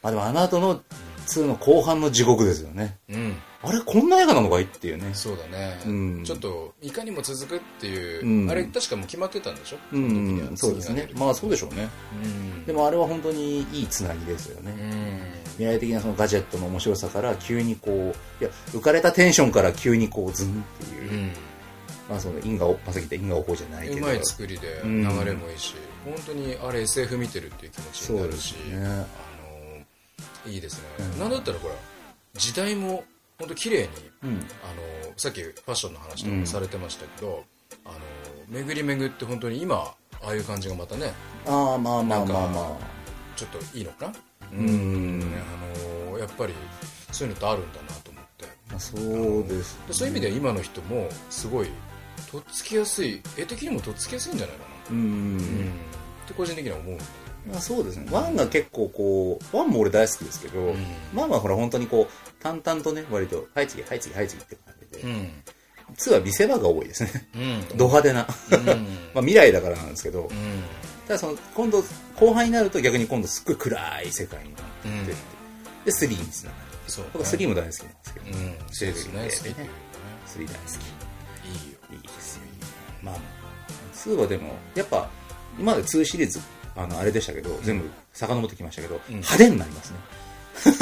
Speaker 1: まあでもあの後の通の後半の地獄ですよね。
Speaker 2: うん
Speaker 1: あれ、こんな映画なのかいっていうね。
Speaker 2: そうだね、
Speaker 1: うん
Speaker 2: ちょっといかにも続くっていう、
Speaker 1: うん
Speaker 2: あれ確かもう決まってたんでしょ、
Speaker 1: うん
Speaker 2: その時には
Speaker 1: そうですね。
Speaker 2: 次
Speaker 1: ま
Speaker 2: が
Speaker 1: あそうでしょうね。
Speaker 2: 出るうん
Speaker 1: でもあれは本当にいいつなぎですよね。
Speaker 2: うん
Speaker 1: 未来的なそのガジェットの面白さから急にこう、いや、浮かれたテンションから急にこうズンっていうう、
Speaker 2: ん
Speaker 1: まあその因果を、まさき言った因果応報じゃないけ
Speaker 2: う
Speaker 1: ど。
Speaker 2: まい作りで
Speaker 1: うん
Speaker 2: 流れもいいし、本当にあれ SF 見てるっていう気持ちに
Speaker 1: そ
Speaker 2: な
Speaker 1: う
Speaker 2: る
Speaker 1: で
Speaker 2: し
Speaker 1: す、ね。
Speaker 2: あのいいですね、
Speaker 1: うん
Speaker 2: なんだったらこれ時代も本当綺麗に
Speaker 1: うん。
Speaker 2: あのさっきファッションの話とか
Speaker 1: う
Speaker 2: も
Speaker 1: ん
Speaker 2: されてましたけど、あの巡り巡って本当に今ああいう感じがまたね
Speaker 1: ああ、まあまあ
Speaker 2: なんか
Speaker 1: まあま
Speaker 2: ちょっといいのかな
Speaker 1: う
Speaker 2: うんん、あのやっぱりそういうのってあるんだなと思って
Speaker 1: あ。そうです、ね。
Speaker 2: でそういう意味では今の人もすごいとっつきやすい絵的にもとっつきやすいんじゃないか
Speaker 1: うん。
Speaker 2: な、うんって個人的には思うんだ
Speaker 1: まあ、そうですね。ワンが結構こう、ワンも俺大好きですけど、
Speaker 2: ん
Speaker 1: ワンはほら本当にこう、淡々とね、割と、はい次、はい次、はい次って感じ
Speaker 2: う
Speaker 1: で、
Speaker 2: ん
Speaker 1: ツーは見せ場が多いですね。 (laughs)
Speaker 2: うん
Speaker 1: ド派手な。
Speaker 2: うんう
Speaker 1: まあ未来だからなんですけど、
Speaker 2: ん
Speaker 1: ただその今度後半になると逆に今度すっごい暗い世界になってって、
Speaker 2: うん
Speaker 1: で3につながる
Speaker 2: そう
Speaker 1: 僕は3も大好きなんですけど、
Speaker 2: うんそうですね好きっていうかね
Speaker 1: 3大好
Speaker 2: いいよ
Speaker 1: きいいですよまあ2はでもやっぱ今まで2シリーズあのあれでしたけど、全部遡ってきましたけど、派手になりますね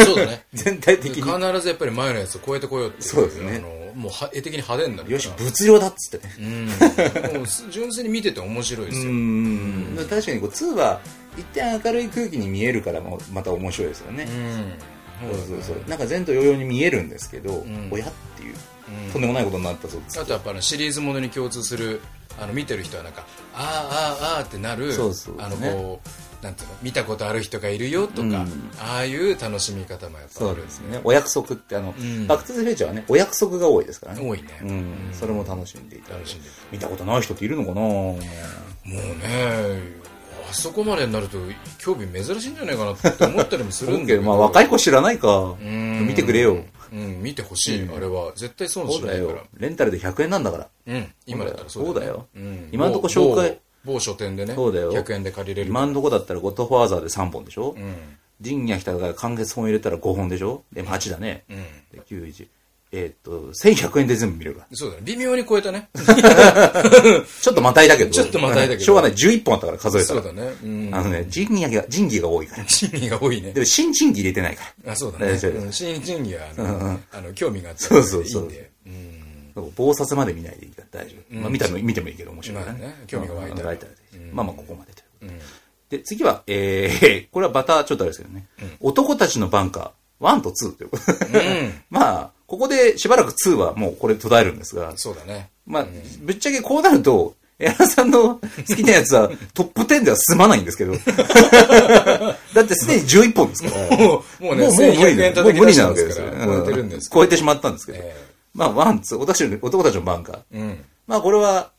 Speaker 2: そうだね
Speaker 1: 全体的
Speaker 2: 必
Speaker 1: に
Speaker 2: ずやっぱり前のやつを超えてこようってい
Speaker 1: そうですね
Speaker 2: あのもうは絵的に派手になるから
Speaker 1: よし物量だっつってね
Speaker 2: うんもうす純粋に見てて面白いで
Speaker 1: う
Speaker 2: すよ、
Speaker 1: ん確かにこう2は一旦明るい空気に見えるからもまた面白いですよね、
Speaker 2: うん
Speaker 1: そうそうそうなんか前途洋々に見えるんですけど、
Speaker 2: ん
Speaker 1: 親っていう
Speaker 2: うん
Speaker 1: とんでもないことになったぞっつって
Speaker 2: あとやっぱあのシリーズものに共通するあの見てる人はなんかあーあーあーってなる
Speaker 1: そうそう
Speaker 2: あのこうなんていうの見たことある人がいるよとか、
Speaker 1: うん
Speaker 2: ああいう楽しみ方もやっぱ
Speaker 1: そう
Speaker 2: あ
Speaker 1: で
Speaker 2: るんですす
Speaker 1: ね。お約束って、あの、
Speaker 2: ん
Speaker 1: バックトゥザフューチャーはね、お約束が多いですからね。
Speaker 2: 多いね
Speaker 1: うん。それも楽しんでいただい
Speaker 2: 楽
Speaker 1: て
Speaker 2: しんでる
Speaker 1: 見たことない人っているのかなもう
Speaker 2: もうねあそこまでになると興味珍しいんじゃないかなって思ったりもするんだけど
Speaker 1: まあ若い子知らないか。
Speaker 2: うん
Speaker 1: 見てくれよ。
Speaker 2: うん見てほしい、あれは絶対損
Speaker 1: そ
Speaker 2: し
Speaker 1: う
Speaker 2: な
Speaker 1: だ
Speaker 2: いから
Speaker 1: よ。レンタルで100円なんだから。
Speaker 2: うん、今だったらそう
Speaker 1: そうだ
Speaker 2: よ
Speaker 1: よ。
Speaker 2: うん
Speaker 1: 今んとこ紹介。
Speaker 2: 某某書店でね
Speaker 1: そうだよ
Speaker 2: 100円で借りれる
Speaker 1: 今んとこだったらゴッドファーザーで3本でしょ
Speaker 2: うん
Speaker 1: 仁義な北から完結本入れたら5本でしょで、8だね。
Speaker 2: うん
Speaker 1: で、9、1。えーっと、1100円で全部見れるから。
Speaker 2: そうだね微妙に超えたね
Speaker 1: ちょっとまたいだけど。
Speaker 2: ちょっとまたいだけど
Speaker 1: しょうがない。11本あったから数えた
Speaker 2: そう
Speaker 1: ら。
Speaker 2: だねうん
Speaker 1: あのね、仁義が、仁義が多いから。
Speaker 2: 審議が
Speaker 1: (laughs)
Speaker 2: 多いね
Speaker 1: でも、新仁義入れてないから。
Speaker 2: あそうだね
Speaker 1: 大丈夫
Speaker 2: うん新人議はあ
Speaker 1: うんう
Speaker 2: の
Speaker 1: ん
Speaker 2: あの興味があってい
Speaker 1: そうそうそう
Speaker 2: いんでうん
Speaker 1: なんか暴殺まで見ないでいいから大丈夫。まあ見たも見てもいいけど面白いから
Speaker 2: まあね興味が湧いた
Speaker 1: う
Speaker 2: ら
Speaker 1: んまあまあここまでということで。
Speaker 2: うん
Speaker 1: で、次は、えー、 (laughs) これはバターちょっとあれですけどね。男たちのバンカー、1と2ということで。 (laughs) まあ、ここでしばらく2はもうこれ途絶えるんですが、
Speaker 2: そうだね
Speaker 1: まあ、ぶっちゃけこうなると、エラさんの (laughs) 好きなやつはトップ10では済まないんですけ
Speaker 2: (laughs)
Speaker 1: ど。だってすでに11本ですから。
Speaker 2: もうもうね
Speaker 1: もう無理
Speaker 2: 1100
Speaker 1: です
Speaker 2: 円叩
Speaker 1: もう無
Speaker 2: き出
Speaker 1: 理
Speaker 2: し
Speaker 1: な
Speaker 2: たん
Speaker 1: わけ
Speaker 2: で
Speaker 1: ですす
Speaker 2: か
Speaker 1: よ。
Speaker 2: ら超えてるんです
Speaker 1: うん超えてしまったんですけど。
Speaker 2: え
Speaker 1: まあ、ワン、ツー、男たちの男たちのバンカー。
Speaker 2: えうん
Speaker 1: まあこれは、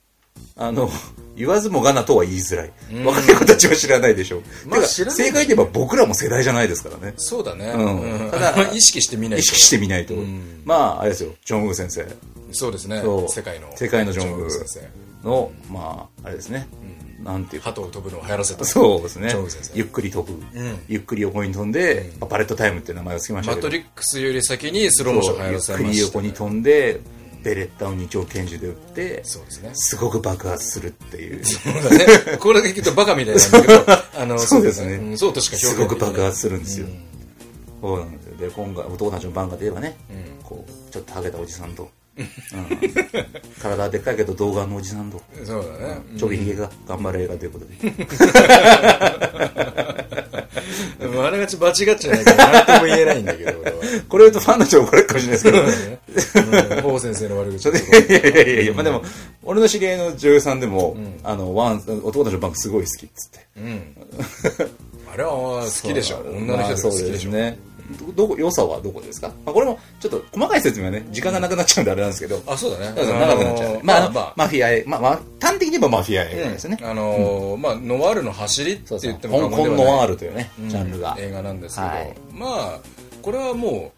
Speaker 1: あの、言わずもがなとは言いづらい。若い子たちは知らないでしょう。
Speaker 2: まあ
Speaker 1: てか
Speaker 2: 知らない
Speaker 1: 正解で言えば僕らも世代じゃないですからね。
Speaker 2: そうだね
Speaker 1: うん
Speaker 2: うん
Speaker 1: た (laughs) だ
Speaker 2: 意識してみない
Speaker 1: 意
Speaker 2: と
Speaker 1: 識してみないと。
Speaker 2: うん
Speaker 1: まあ、あれですよ、ジョンウー先生
Speaker 2: そうですね
Speaker 1: そう
Speaker 2: 世界の
Speaker 1: 世界のジョンウー
Speaker 2: 先生
Speaker 1: の、まあ、あれですね。なんていうか。
Speaker 2: 鳩を飛ぶのを流行らせた
Speaker 1: そうですね
Speaker 2: ジョンウー先。生
Speaker 1: ゆっくり飛ぶ。
Speaker 2: ん
Speaker 1: ゆっくり横に飛んで、まあバレットタイムっていう名前をつけました
Speaker 2: マ
Speaker 1: けど。
Speaker 2: トリックスより先にスローモーション流行
Speaker 1: ゆ
Speaker 2: ら
Speaker 1: っ
Speaker 2: せま
Speaker 1: く
Speaker 2: した
Speaker 1: り横に飛んで、ベレッタを二丁拳銃で撃って、
Speaker 2: そうですね
Speaker 1: すごく爆発するっていう。
Speaker 2: そうだね。これだけ聞くとバカみたいなんだけど、あの、
Speaker 1: そうですね
Speaker 2: んそうとしか
Speaker 1: す
Speaker 2: 表
Speaker 1: ご
Speaker 2: 現
Speaker 1: く
Speaker 2: できない
Speaker 1: 爆発するんですよ、そうなんですよで今回男たちの番が出ればね、こうちょっとハゲたおじさんと、うん、体はでっかいけど童顔のおじさんと
Speaker 2: そうだね。
Speaker 1: ちょびひげが頑張る映画ということで、
Speaker 2: うんあながち間違っちゃないから、なんとも言えないんだけど、俺は。
Speaker 1: これ言うとファンの人怒られるかもしれないで
Speaker 2: うん王先生の悪口とか
Speaker 1: すけどいやいやいやいやまあでも俺の知り合いの女優さんでも、あのワン男たちの番すごい好きっつって
Speaker 2: うん。あれは好きでしょ。女の
Speaker 1: まあ
Speaker 2: 人と
Speaker 1: そ
Speaker 2: か
Speaker 1: う
Speaker 2: 好き
Speaker 1: で
Speaker 2: ですしょ。
Speaker 1: ねどどこ良さはどこですか、まあ、これもちょっと細かい説明はね時間がなくなっちゃうんであれなんですけど
Speaker 2: あ、そうだね。
Speaker 1: 長くなっちゃう、
Speaker 2: の
Speaker 1: まあ、
Speaker 2: まあ、
Speaker 1: マフィア映画、まあまあ、端的に言えばマフィア映画ですね、
Speaker 2: あのー、まあ、ノワールの走りって言って
Speaker 1: 香
Speaker 2: も過
Speaker 1: 港
Speaker 2: 言ではない
Speaker 1: ノワールというね、ジャンルが、
Speaker 2: 映画なんですけど、
Speaker 1: はい
Speaker 2: まあこれはも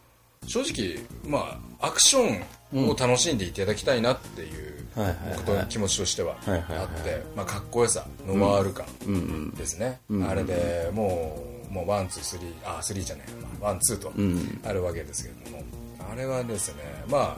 Speaker 2: う正直まあアクションを楽しんでいただきたいなっていう
Speaker 1: はいはいはい
Speaker 2: 僕と気持ちとしてはあ
Speaker 1: はいはいはい
Speaker 2: ってまあかっこよさノワール感
Speaker 1: うんうん
Speaker 2: ですね、
Speaker 1: ん
Speaker 2: あれでもうもうワンツースリーあスリーじゃないワンツーとあるわけですけれども、あれはですねまあ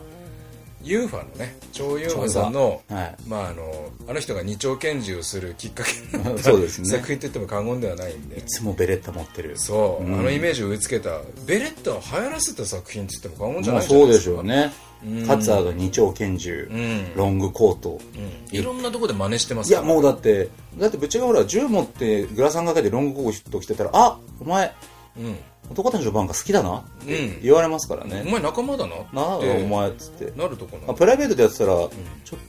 Speaker 2: ユーファのね超ユーファさんの、
Speaker 1: 超ユーファはい
Speaker 2: まああのあの人が二丁拳銃をするきっかけになった
Speaker 1: そうですね
Speaker 2: 作品といっても過言ではないんで
Speaker 1: いつもベレッタ持ってる。
Speaker 2: そう、あのイメージを植え付けたベレッタを流行らせた作品って言っても過言じゃ
Speaker 1: まあ
Speaker 2: ないんじゃな
Speaker 1: そ
Speaker 2: いう
Speaker 1: で
Speaker 2: で
Speaker 1: すし
Speaker 2: か、
Speaker 1: ょうね。カツアーが二丁拳銃、ロングコート。
Speaker 2: いろんなとこで真似してま
Speaker 1: い
Speaker 2: すか
Speaker 1: や
Speaker 2: ら
Speaker 1: もうだって、だってぶっちゃけほら、銃持ってグラサン掛けてロングコート着てたら、あお前、
Speaker 2: うん
Speaker 1: 男たちの番が好きだなって
Speaker 2: うん
Speaker 1: 言われますから
Speaker 2: お
Speaker 1: ね。
Speaker 2: 前仲間だなって
Speaker 1: なあ、お前っつって。
Speaker 2: なるとこな
Speaker 1: まあ、
Speaker 2: の
Speaker 1: プライベートでやってたら、ちょっ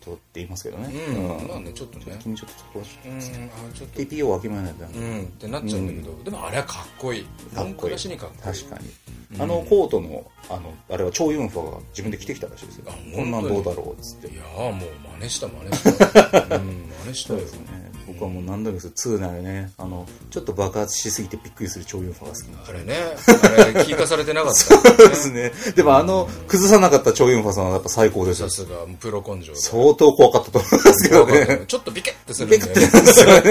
Speaker 1: とって言いますけどね。
Speaker 2: うん、まあねちょっとね
Speaker 1: 君ちょっとそこはちょっ
Speaker 2: うんあちょっ
Speaker 1: と
Speaker 2: と
Speaker 1: TPO わきまえないとダメ
Speaker 2: うんってなっちゃうんだけど、でもあれはかっこいい
Speaker 1: かっ
Speaker 2: 文
Speaker 1: こ
Speaker 2: 句
Speaker 1: いい
Speaker 2: なしにかっこいい
Speaker 1: 確かに、あのコートのあのあれは超ユンファが自分で着てきたらしいですよ
Speaker 2: あ
Speaker 1: こんなんどうだろうっつって
Speaker 2: いやーもう真似した真似したうん真似した
Speaker 1: そう
Speaker 2: よ
Speaker 1: ですね僕はもう何度もです2ならねあのちょっと爆発しすぎてびっくりする超ユンファが好きなん
Speaker 2: あれねあれ聞かされてなかった
Speaker 1: ですねでもあの崩さなかった超ユンファさんはやっぱ最高ですよ
Speaker 2: さすがプロ根性で
Speaker 1: 相当怖かったと思いますけどね
Speaker 2: ちょっとビケってするんだよねあ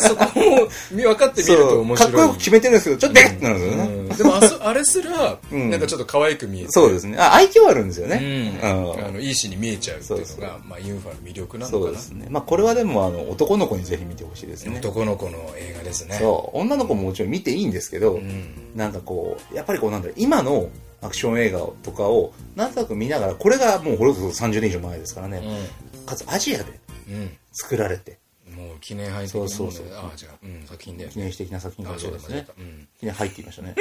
Speaker 2: そこも見分かってみると
Speaker 1: そう
Speaker 2: 面
Speaker 1: かっこ
Speaker 2: 白い
Speaker 1: よく決めてるんですけどちょっとビッってなるんですよね、
Speaker 2: うんでもあそあれすら、
Speaker 1: ん
Speaker 2: なんかちょっと可愛く見えて
Speaker 1: そうですねあ愛嬌あるんですよね、
Speaker 2: うん
Speaker 1: うん
Speaker 2: あのいいしに見えちゃうっていうのが
Speaker 1: そうそう
Speaker 2: まあ、ユンファの魅力なの
Speaker 1: そう
Speaker 2: か
Speaker 1: で
Speaker 2: な、
Speaker 1: すねまあこれはでもあの男の子にぜひ見てほしいですね
Speaker 2: 男の子の映画ですね
Speaker 1: そう女の子ももちろん見ていいんですけど、
Speaker 2: ん
Speaker 1: なんかこうやっぱりこうなんだろう今のアクション映画とかをなんとなく見ながらこれがもうこれこそ30年以上前ですからね、かつアジアで
Speaker 2: うん、
Speaker 1: 作られて
Speaker 2: うん、もう記念杯的なもので
Speaker 1: そうそうそう
Speaker 2: ああじゃあ、うん、作品で
Speaker 1: 記念碑的な作品が
Speaker 2: あそう
Speaker 1: で
Speaker 2: だ
Speaker 1: す
Speaker 2: 間違え
Speaker 1: ね
Speaker 2: た、うん
Speaker 1: 記念入っていましたね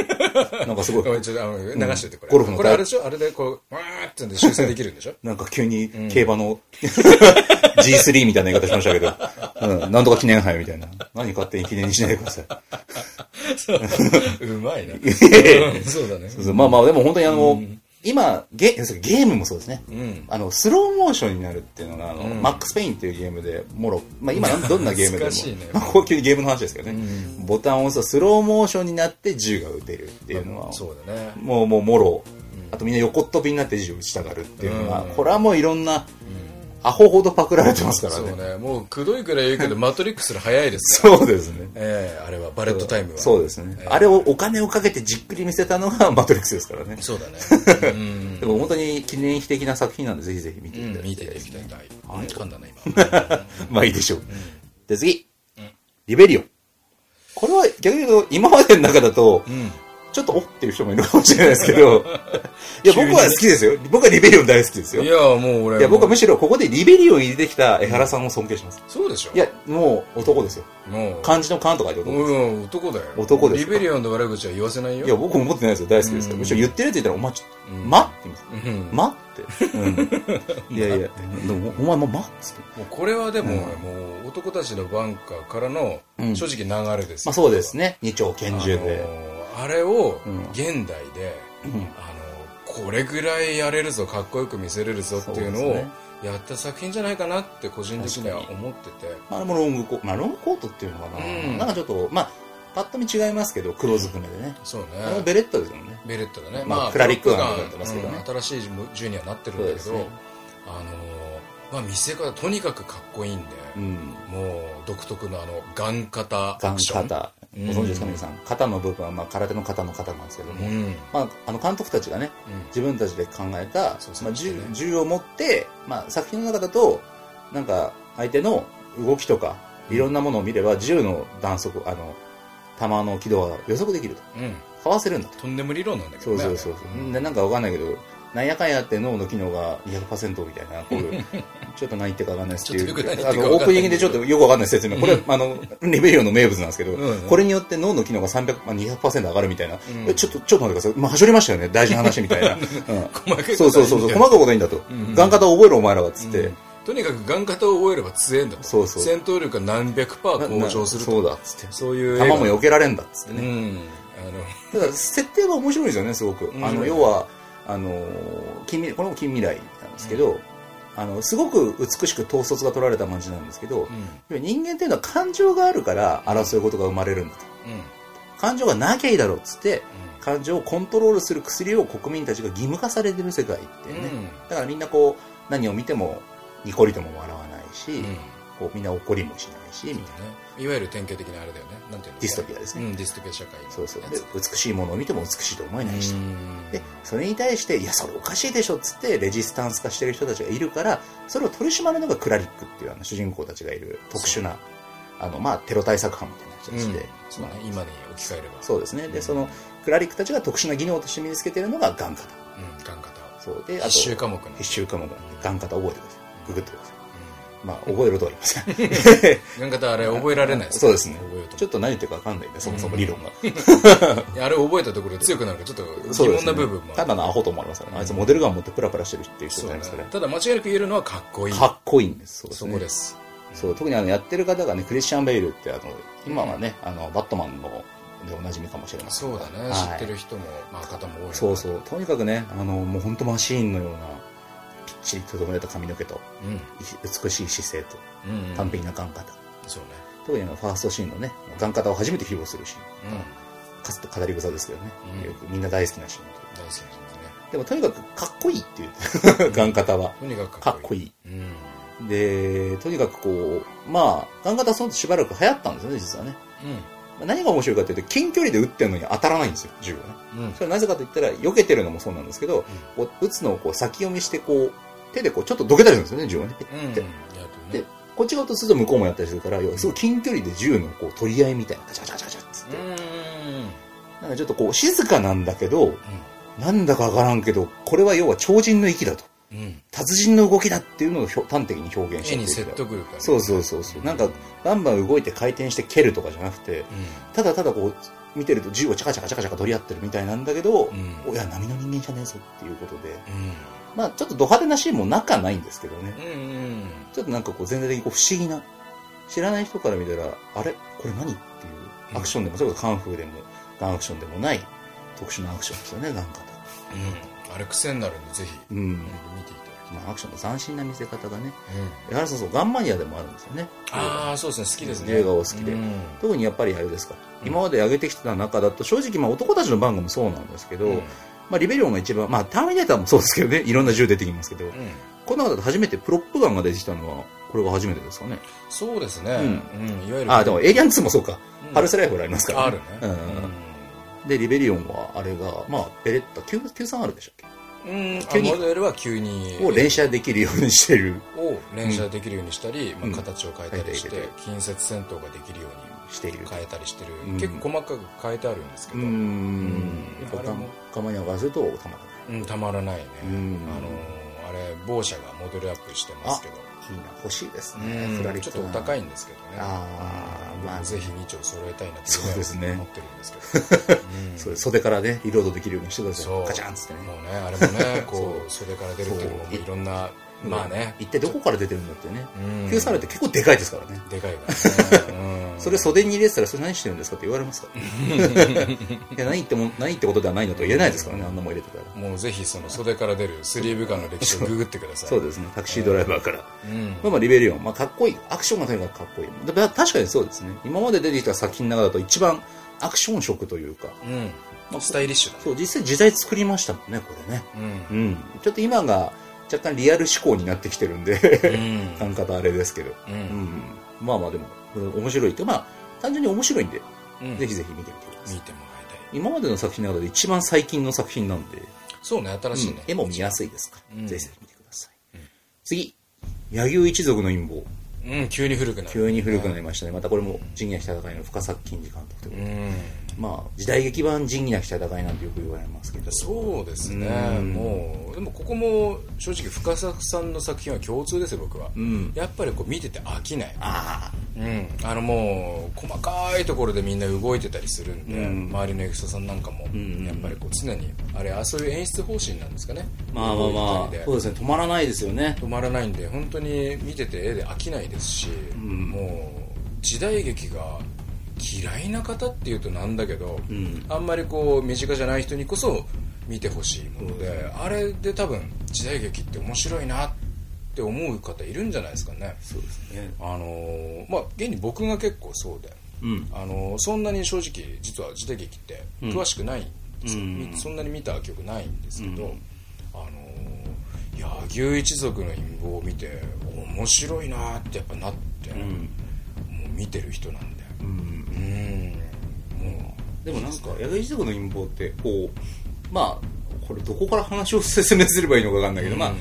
Speaker 2: (laughs)
Speaker 1: なんかすご
Speaker 2: ごめん
Speaker 1: い
Speaker 2: ちょっとあの流しててこれ、
Speaker 1: ゴルフの
Speaker 2: これあれでしょあれでこうわーってんで修正できる
Speaker 1: (laughs)
Speaker 2: んでしょ
Speaker 1: なんか急に競馬の、G3 みたいな言い方しましたけど、うん、なんとか記念杯みたいな何勝手に記念にしないでください
Speaker 2: うまいなうんそうだね
Speaker 1: そうそうまあまあでも本当にあの、今ゲ要するにゲームもそうですね、
Speaker 2: ん
Speaker 1: あのスローモーションになるっていうのがあの、マックス・ペインっていうゲームでもろ、まあ、今なんどんなゲームでも
Speaker 2: (laughs) 懐かしいね
Speaker 1: まあ、高級ゲームの話ですけどね、ボタンを押すとスローモーションになって銃が撃てるっていうのは、
Speaker 2: そうだね
Speaker 1: もうもうもろ、あとみんな横っ飛びになって銃を撃ちたがるっていうのは、
Speaker 2: うん
Speaker 1: これはもういろんな、アホほどパクられてますから
Speaker 2: そう
Speaker 1: ね
Speaker 2: ねもうくどいくらい言
Speaker 1: (laughs)
Speaker 2: うけどマトリックスより早いです
Speaker 1: そうですね
Speaker 2: ええあれはバレットタイムは
Speaker 1: そうですね、あれをお金をかけてじっくり見せたのがマトリックスですからね
Speaker 2: そうだねうん
Speaker 1: でも本当に記念碑的な作品なんでぜひぜひ見てい (laughs) ただ
Speaker 2: 見
Speaker 1: き
Speaker 2: て
Speaker 1: たい
Speaker 2: いただ
Speaker 1: で
Speaker 2: き
Speaker 1: す
Speaker 2: た
Speaker 1: ね
Speaker 2: い。あ噛んだな今
Speaker 1: (laughs) まあいいでしょう。で、次。リベリオン。これは逆に言うと、今までの中だと、ちょっとおっていう人もいるかもしれないですけど、いや、僕は好きですよ。僕はリベリオン大好きですよ。
Speaker 2: い
Speaker 1: い
Speaker 2: やもう俺
Speaker 1: や、僕はむ
Speaker 2: し
Speaker 1: しろここでリベリオン入れてきた江原さんを尊敬します。
Speaker 2: そうでしょ
Speaker 1: いや、もう男ですよ。
Speaker 2: もう
Speaker 1: 漢字の漢とか書いて男。
Speaker 2: うん男だよ
Speaker 1: 男です
Speaker 2: リベリオンの悪口は言わせないよ
Speaker 1: いや、僕思ってないですよ。大好きですよ。むしろ言ってるって言ったら、お前ちょっと、まって言います。
Speaker 2: うん
Speaker 1: まって。 (laughs) うん。いやいや、でもお前もまっつって。
Speaker 2: もうこれはでも、もう男たちのバンカーからの
Speaker 1: うん
Speaker 2: 正直流れです
Speaker 1: ま
Speaker 2: よ
Speaker 1: あそうですね。二丁拳銃
Speaker 2: あ
Speaker 1: で。
Speaker 2: のーあれを
Speaker 1: うんう
Speaker 2: 現代で、
Speaker 1: ん
Speaker 2: あのーこれぐらいやれるぞかっこよく見せれるぞっていうの
Speaker 1: そう
Speaker 2: を
Speaker 1: ですね
Speaker 2: やった作品じゃないかなって個人的には思ってて
Speaker 1: まあ、でもロングコート、まあ、ロングコートっていうのかな、
Speaker 2: うん
Speaker 1: なんかちょっと、まあ、パッと見違いますけど、黒ずくめでね。
Speaker 2: そうね
Speaker 1: あれもベレッタですもんね。
Speaker 2: ベレットだね、
Speaker 1: まあクラリックガン
Speaker 2: ロ
Speaker 1: だってますけどね
Speaker 2: うん新しいジュニアになってるんだけ
Speaker 1: そ
Speaker 2: ど、
Speaker 1: うですね
Speaker 2: あのーまあ見せ方とにかくかっこいいんで、
Speaker 1: うん。
Speaker 2: もう独特のあのガン型ア
Speaker 1: ガン
Speaker 2: クション
Speaker 1: 肩。ご存知ですか、皆さん。肩の部分は、まあ、空手の肩の肩なんですけど
Speaker 2: う
Speaker 1: も。
Speaker 2: ん
Speaker 1: まあ、あの、監督たちがね、自分たちで考えた、
Speaker 2: そうそう
Speaker 1: まあ、
Speaker 2: そう
Speaker 1: 銃
Speaker 2: ね
Speaker 1: 銃を持って、まあ、作品の中だと、なんか、相手の動きとか、いろんなものを見れば、銃の弾速、あの、弾の軌道は予測できると。
Speaker 2: うん、うん、
Speaker 1: かわせるんだと。
Speaker 2: とんでも理論なんだけ
Speaker 1: そ
Speaker 2: ど
Speaker 1: う
Speaker 2: ね
Speaker 1: そうそうそう
Speaker 2: あれ、うん
Speaker 1: でなんかわかんないけどなんやかんやって脳の機能が200%みたいなこう
Speaker 2: (laughs)
Speaker 1: いうちょっと何言ってるかわかんないですってい
Speaker 2: ちょっとよく何言って
Speaker 1: うあ
Speaker 2: るかわかんない
Speaker 1: のオープニングでちょっとよくわかんない説明これ、あのリベリオンの名物なんですけど、
Speaker 2: うん
Speaker 1: これによって脳の機能が300まあ200%上がるみたいな、
Speaker 2: ん
Speaker 1: えちょっとちょっと待ってください、まあ、はしょりましたよね大事な話み
Speaker 2: (laughs)
Speaker 1: たいな、うん
Speaker 2: 細かいことはいいんだよ
Speaker 1: そうそうそうそう細かいことはいいんだと、ガン型覚えろお前らはっつって、
Speaker 2: とにかくガン型を覚えれば強えんだと
Speaker 1: そうそう
Speaker 2: 戦闘力が何百パー向上すると
Speaker 1: そうだっつって
Speaker 2: そういう
Speaker 1: 弾も
Speaker 2: よ
Speaker 1: 避けられんだっつってね、
Speaker 2: うん
Speaker 1: ただ設定は面白いですよねすごく
Speaker 2: 面白い
Speaker 1: あの要はあの近未これも近未来なんですけど、あのすごく美しく統率が取られた街なんですけど、要は人間っていうのは感情があるから争うことが生まれるんだと
Speaker 2: あのうん
Speaker 1: 感情がなきゃいいだろうっつって感情をコントロールする薬を国民たちが義務化されてる世界っていうね、
Speaker 2: うん
Speaker 1: だからみんなこう何を見てもニコリとも笑わないし、
Speaker 2: うん
Speaker 1: こうみんな怒りもしないしみたいな
Speaker 2: ねいわゆる典型的なあれだよねなんていうんですか
Speaker 1: ディストピアですね
Speaker 2: うんディストピア社会の
Speaker 1: そうそう
Speaker 2: や
Speaker 1: で
Speaker 2: つ
Speaker 1: 美しいものを見ても美しいと思えないし
Speaker 2: う
Speaker 1: と
Speaker 2: ん
Speaker 1: でそれに対していやそれおかしいでしょっつってレジスタンス化してる人たちがいるからそれを取り締まるのがクラリックっていうあの主人公たちがいる特殊なあの、まあ、テロ対策班みたいな人たちで、
Speaker 2: うんそうね
Speaker 1: まあ
Speaker 2: 今に置き換えれば
Speaker 1: そうですねでそのクラリックたちが特殊な技能として身につけてるのがガン型
Speaker 2: うんガン型を
Speaker 1: そうであと
Speaker 2: 必修科目の
Speaker 1: 必修科目なんでガン型覚えてくださいググってくださいまあ覚えるとは言いま
Speaker 2: (laughs)
Speaker 1: せん
Speaker 2: ガン型あれ覚えられない
Speaker 1: そうですね
Speaker 2: 覚えようと
Speaker 1: ちょっと何言ってるか分かんないんでそもそも理論が、
Speaker 2: いやあれ覚えたところで強くなるからちょっと
Speaker 1: そうで
Speaker 2: 疑問
Speaker 1: す
Speaker 2: な
Speaker 1: ね
Speaker 2: 部分もあ
Speaker 1: た
Speaker 2: る
Speaker 1: だのアホと思われますからねあいつモデルガン持ってプラプラしてるっていう人じ
Speaker 2: そ
Speaker 1: ゃ
Speaker 2: う
Speaker 1: ない
Speaker 2: だ
Speaker 1: ですか
Speaker 2: ね
Speaker 1: ね
Speaker 2: ただ間違いなく言えるのはかっこいい
Speaker 1: かっこいいんですそうです
Speaker 2: そ
Speaker 1: ね
Speaker 2: こです
Speaker 1: そう特にあのやってる方がねクリスチャン・ベイルってあの今はね、あのバットマンのでおなじみかもしれません
Speaker 2: そうだね
Speaker 1: はい
Speaker 2: 知ってる人もまあ方も多い
Speaker 1: そう
Speaker 2: う
Speaker 1: そうとにかくねあのもう本当マシーンのようなきっちり整えた髪の毛と
Speaker 2: うん
Speaker 1: い美しい姿勢と
Speaker 2: うんうん
Speaker 1: 完璧な眼型、
Speaker 2: そうね
Speaker 1: 特にあのファーストシーンのね眼型を初めて披露するシーン
Speaker 2: うん
Speaker 1: かつて語り草ですけどね、
Speaker 2: うん
Speaker 1: よくみんな大好きなシーンだと
Speaker 2: 大好きな人だね
Speaker 1: でもとにかくかっこいいっていう (laughs) 眼型は
Speaker 2: とにかく
Speaker 1: かっこ
Speaker 2: いい
Speaker 1: いい
Speaker 2: うん
Speaker 1: でとにかくこうまあ眼型はその後しばらく流行ったんですよね実はねまあ何が面白いかというと近距離で撃ってるのに当たらないんですよ銃がね
Speaker 2: うんうん
Speaker 1: それはなぜかと言ったら避けてるのもそうなんですけど、こう撃つのをこう先読みしてこう手でこうちょっとどけたりするんですよね銃がね
Speaker 2: うん
Speaker 1: で
Speaker 2: やるとね
Speaker 1: でこっち側とすると向こうもやったりするから要はすごい近距離で銃のこう取り合いみたいなガチャガチャガチャガチャっつって、
Speaker 2: うん
Speaker 1: なんかちょっとこう静かなんだけどなんだかわからんけど、これは要は超人の息だと。
Speaker 2: うんうん
Speaker 1: 達人の動きだっていうのをひょ端的に表現して
Speaker 2: 絵
Speaker 1: る
Speaker 2: に説得力が
Speaker 1: そうそうそうそう。なんか、バンバン動いて回転して蹴るとかじゃなくて、
Speaker 2: う
Speaker 1: ただただこう、見てると銃をチャカチャカチャカチャカ取り合ってるみたいなんだけど、
Speaker 2: んうん
Speaker 1: おいや、波の人間じゃねえぞっていうことで、
Speaker 2: うん
Speaker 1: まあちょっとド派手なシーンもなかないんですけどね。
Speaker 2: うんうん
Speaker 1: ちょっとなんかこう、全体的にこう不思議な、知らない人から見たら、あれこれ何っていう、アクションでも、それこそカンフーでも、ガンアクションでもない、特殊なアクションですよね、ガン方。
Speaker 2: うんあれ癖になるんでぜひ
Speaker 1: うん。
Speaker 2: 見ていただきたい
Speaker 1: まあ、アクションの斬新な見せ方がね、やはりそうそう、ガンマニアでもあるんですよね。
Speaker 2: ああそうですね好きですね
Speaker 1: 映画を好きで
Speaker 2: うん
Speaker 1: 特にやっぱりあれですか、
Speaker 2: うん
Speaker 1: 今まで上げてきてた中だと、正直、まあ、男たちの番組もそうなんですけど、
Speaker 2: うんうん
Speaker 1: まあ、リベリオンが一番、まあ、ターミネーターもそうですけどね、いろんな銃出てきますけど、この中だと初めてプロップガンが出てきたのは、これが初めてですかね。
Speaker 2: そうですねうんいわゆる
Speaker 1: あ、でも、エイリアン2もそうか、
Speaker 2: うん
Speaker 1: パルスライフルありますから、
Speaker 2: あるね
Speaker 1: うんで、リベリオンは、あれが、まあ、ベレッタ 9- 93R でしたっ
Speaker 2: うん
Speaker 1: 急に
Speaker 2: あモデルは急に
Speaker 1: けを連射できるようにしてる、
Speaker 2: を連射できるようにしたりま
Speaker 1: う
Speaker 2: あ
Speaker 1: ん
Speaker 2: 形を変えたりし
Speaker 1: 変え
Speaker 2: て近接戦闘ができるように
Speaker 1: している。
Speaker 2: 変えたりしてる、
Speaker 1: うん
Speaker 2: 結構細かく変えてあるんですけ
Speaker 1: う
Speaker 2: ど、
Speaker 1: ん。
Speaker 2: うん
Speaker 1: やっぱ
Speaker 2: あれも
Speaker 1: ガンマニアからすると、たまらない。
Speaker 2: たまらないね、
Speaker 1: うん
Speaker 2: あのーあれ某社がモデルアップしてますけど、
Speaker 1: いいな、欲しいですね。フラ
Speaker 2: う
Speaker 1: リ
Speaker 2: ん、
Speaker 1: ッ
Speaker 2: ちょ
Speaker 1: ト
Speaker 2: っとお高いんですけどね
Speaker 1: あーまあ
Speaker 2: ぜひ2丁揃えたいなって
Speaker 1: そうですね
Speaker 2: 思ってるんですけど、うん
Speaker 1: そう袖からね、リロードできるようにしてくださ
Speaker 2: そ
Speaker 1: い。
Speaker 2: う
Speaker 1: ガチャンっつってね。
Speaker 2: もうねあれもねこう
Speaker 1: そ
Speaker 2: 袖から出るっていうのも
Speaker 1: そう
Speaker 2: いろんなまあね、
Speaker 1: 一体どこから出てるんだってね。
Speaker 2: うん、
Speaker 1: 9 3って結構でかいですからね。
Speaker 2: でかいからね、うん
Speaker 1: それ袖に入れてたら、それ何してるんですかって言われますから。いや、何っても、何ってことではないんだとは言えないですからね、あんなもん入れてたら。
Speaker 2: もうぜひその袖から出るスリーブガンの歴史をググってください
Speaker 1: そうですね、タクシードライバーから。
Speaker 2: うん
Speaker 1: まあまあ、リベリオン。まあ、かっこいい。アクションがとにかくかっこいい。だだ確かにそうですね。今まで出てきた作品の中だと一番アクション色というか。
Speaker 2: うん
Speaker 1: まあ
Speaker 2: スタイリッシュだね
Speaker 1: そう、実際時代作りましたもんね、これね。
Speaker 2: うん
Speaker 1: うん。ちょっと今が若干リアル思考になってきてるんで、 (laughs)
Speaker 2: う
Speaker 1: 感方あれですけど。
Speaker 2: んう
Speaker 1: うんん、まあまあでも、これ面白いって、まあ、単純に面白いんで、
Speaker 2: うん
Speaker 1: ぜひぜひ見てみてください。
Speaker 2: 見てもらいたい
Speaker 1: 今までの作品の中で一番最近の作品なんで、
Speaker 2: そうね新しいね、
Speaker 1: うん絵も見やすいですから、
Speaker 2: うん
Speaker 1: ぜひぜひ見てください。次、柳生一族の陰謀。
Speaker 2: うん急に古くなる
Speaker 1: 急に古くなりましたね。またこれも、仁義なき戦いの深作金次監督というう、
Speaker 2: ん
Speaker 1: まあ、時代劇版仁義なき戦いなんてよく言われますけど、
Speaker 2: そうですね、
Speaker 1: うん
Speaker 2: もうでもここも正直深作さんの作品は共通ですよ僕は、
Speaker 1: うん。
Speaker 2: やっぱりこう見てて飽きない、
Speaker 1: ああ、
Speaker 2: うん、あのもう細かいところでみんな動いてたりするんで、
Speaker 1: うん
Speaker 2: 周りのエクソさんなんかも
Speaker 1: ん
Speaker 2: やっぱりこう常にあれあそういう演出方針なんですかね
Speaker 1: まあまあま
Speaker 2: 動いたり
Speaker 1: あ、
Speaker 2: で
Speaker 1: そうですね、止まらないですよね。
Speaker 2: 止まらないんで本当に見てて絵で飽きないですし、
Speaker 1: ん
Speaker 2: もう時代劇が嫌いな方っていうとなんだけど、
Speaker 1: うん
Speaker 2: あんまりこう身近じゃない人にこそ見てほしいもので、あれで多分時代劇って面白いなって思う方いるんじゃないですかね
Speaker 1: そうですね。
Speaker 2: あのーまあ現に僕が結構そうで、
Speaker 1: うん。
Speaker 2: あのーそんなに正直実は時代劇って詳しくないんですよ、
Speaker 1: うん
Speaker 2: みそんなに見た記憶ないんですけど、
Speaker 1: うん
Speaker 2: あのー柳生一族の陰謀を見て面白いなーってやっぱなって、もう見てる人なんだよ
Speaker 1: うん
Speaker 2: うんも
Speaker 1: でもなんか矢部一族の陰謀ってこうまあこれどこから話を説明すればいいのか分かんないけど、まあ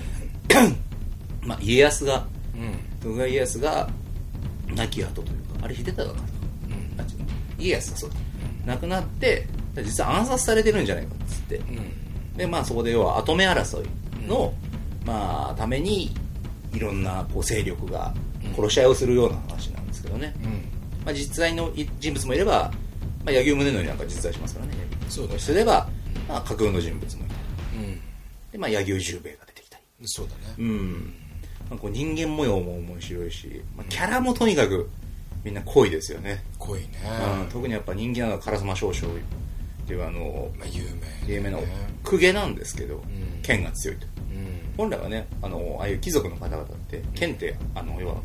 Speaker 1: まあ家康が
Speaker 2: ううん
Speaker 1: 徳川家康が亡き後というかあれ秀忠だな
Speaker 2: うん
Speaker 1: あ違う家康がそうだ亡くなって実は暗殺されてるんじゃないかっつって
Speaker 2: うん
Speaker 1: でまあそこで要は跡目争いの、まあためにいろんなこう勢力が殺し合いをするような話なんですけどね、
Speaker 2: うん
Speaker 1: まあ、実在の人物もいれば、まあ、柳生宗則なんか実在しますからね
Speaker 2: そうだ
Speaker 1: それでは、まあ、架空の人物もいたり
Speaker 2: うん
Speaker 1: で、まあ、柳生十兵衛が出てきたり
Speaker 2: そうだね
Speaker 1: うん、まあ、こう人間模様も面白いし、まあ、キャラもとにかくみんな濃いですよね、
Speaker 2: 濃いね
Speaker 1: うん特にやっぱ人気なのは烏丸少将っていうあの
Speaker 2: まあ有名
Speaker 1: 有名な
Speaker 2: ね
Speaker 1: 公家なんですけど、
Speaker 2: ん
Speaker 1: 剣が強いと
Speaker 2: うん
Speaker 1: 本来はねあのああいう貴族の方々って剣ってあの要は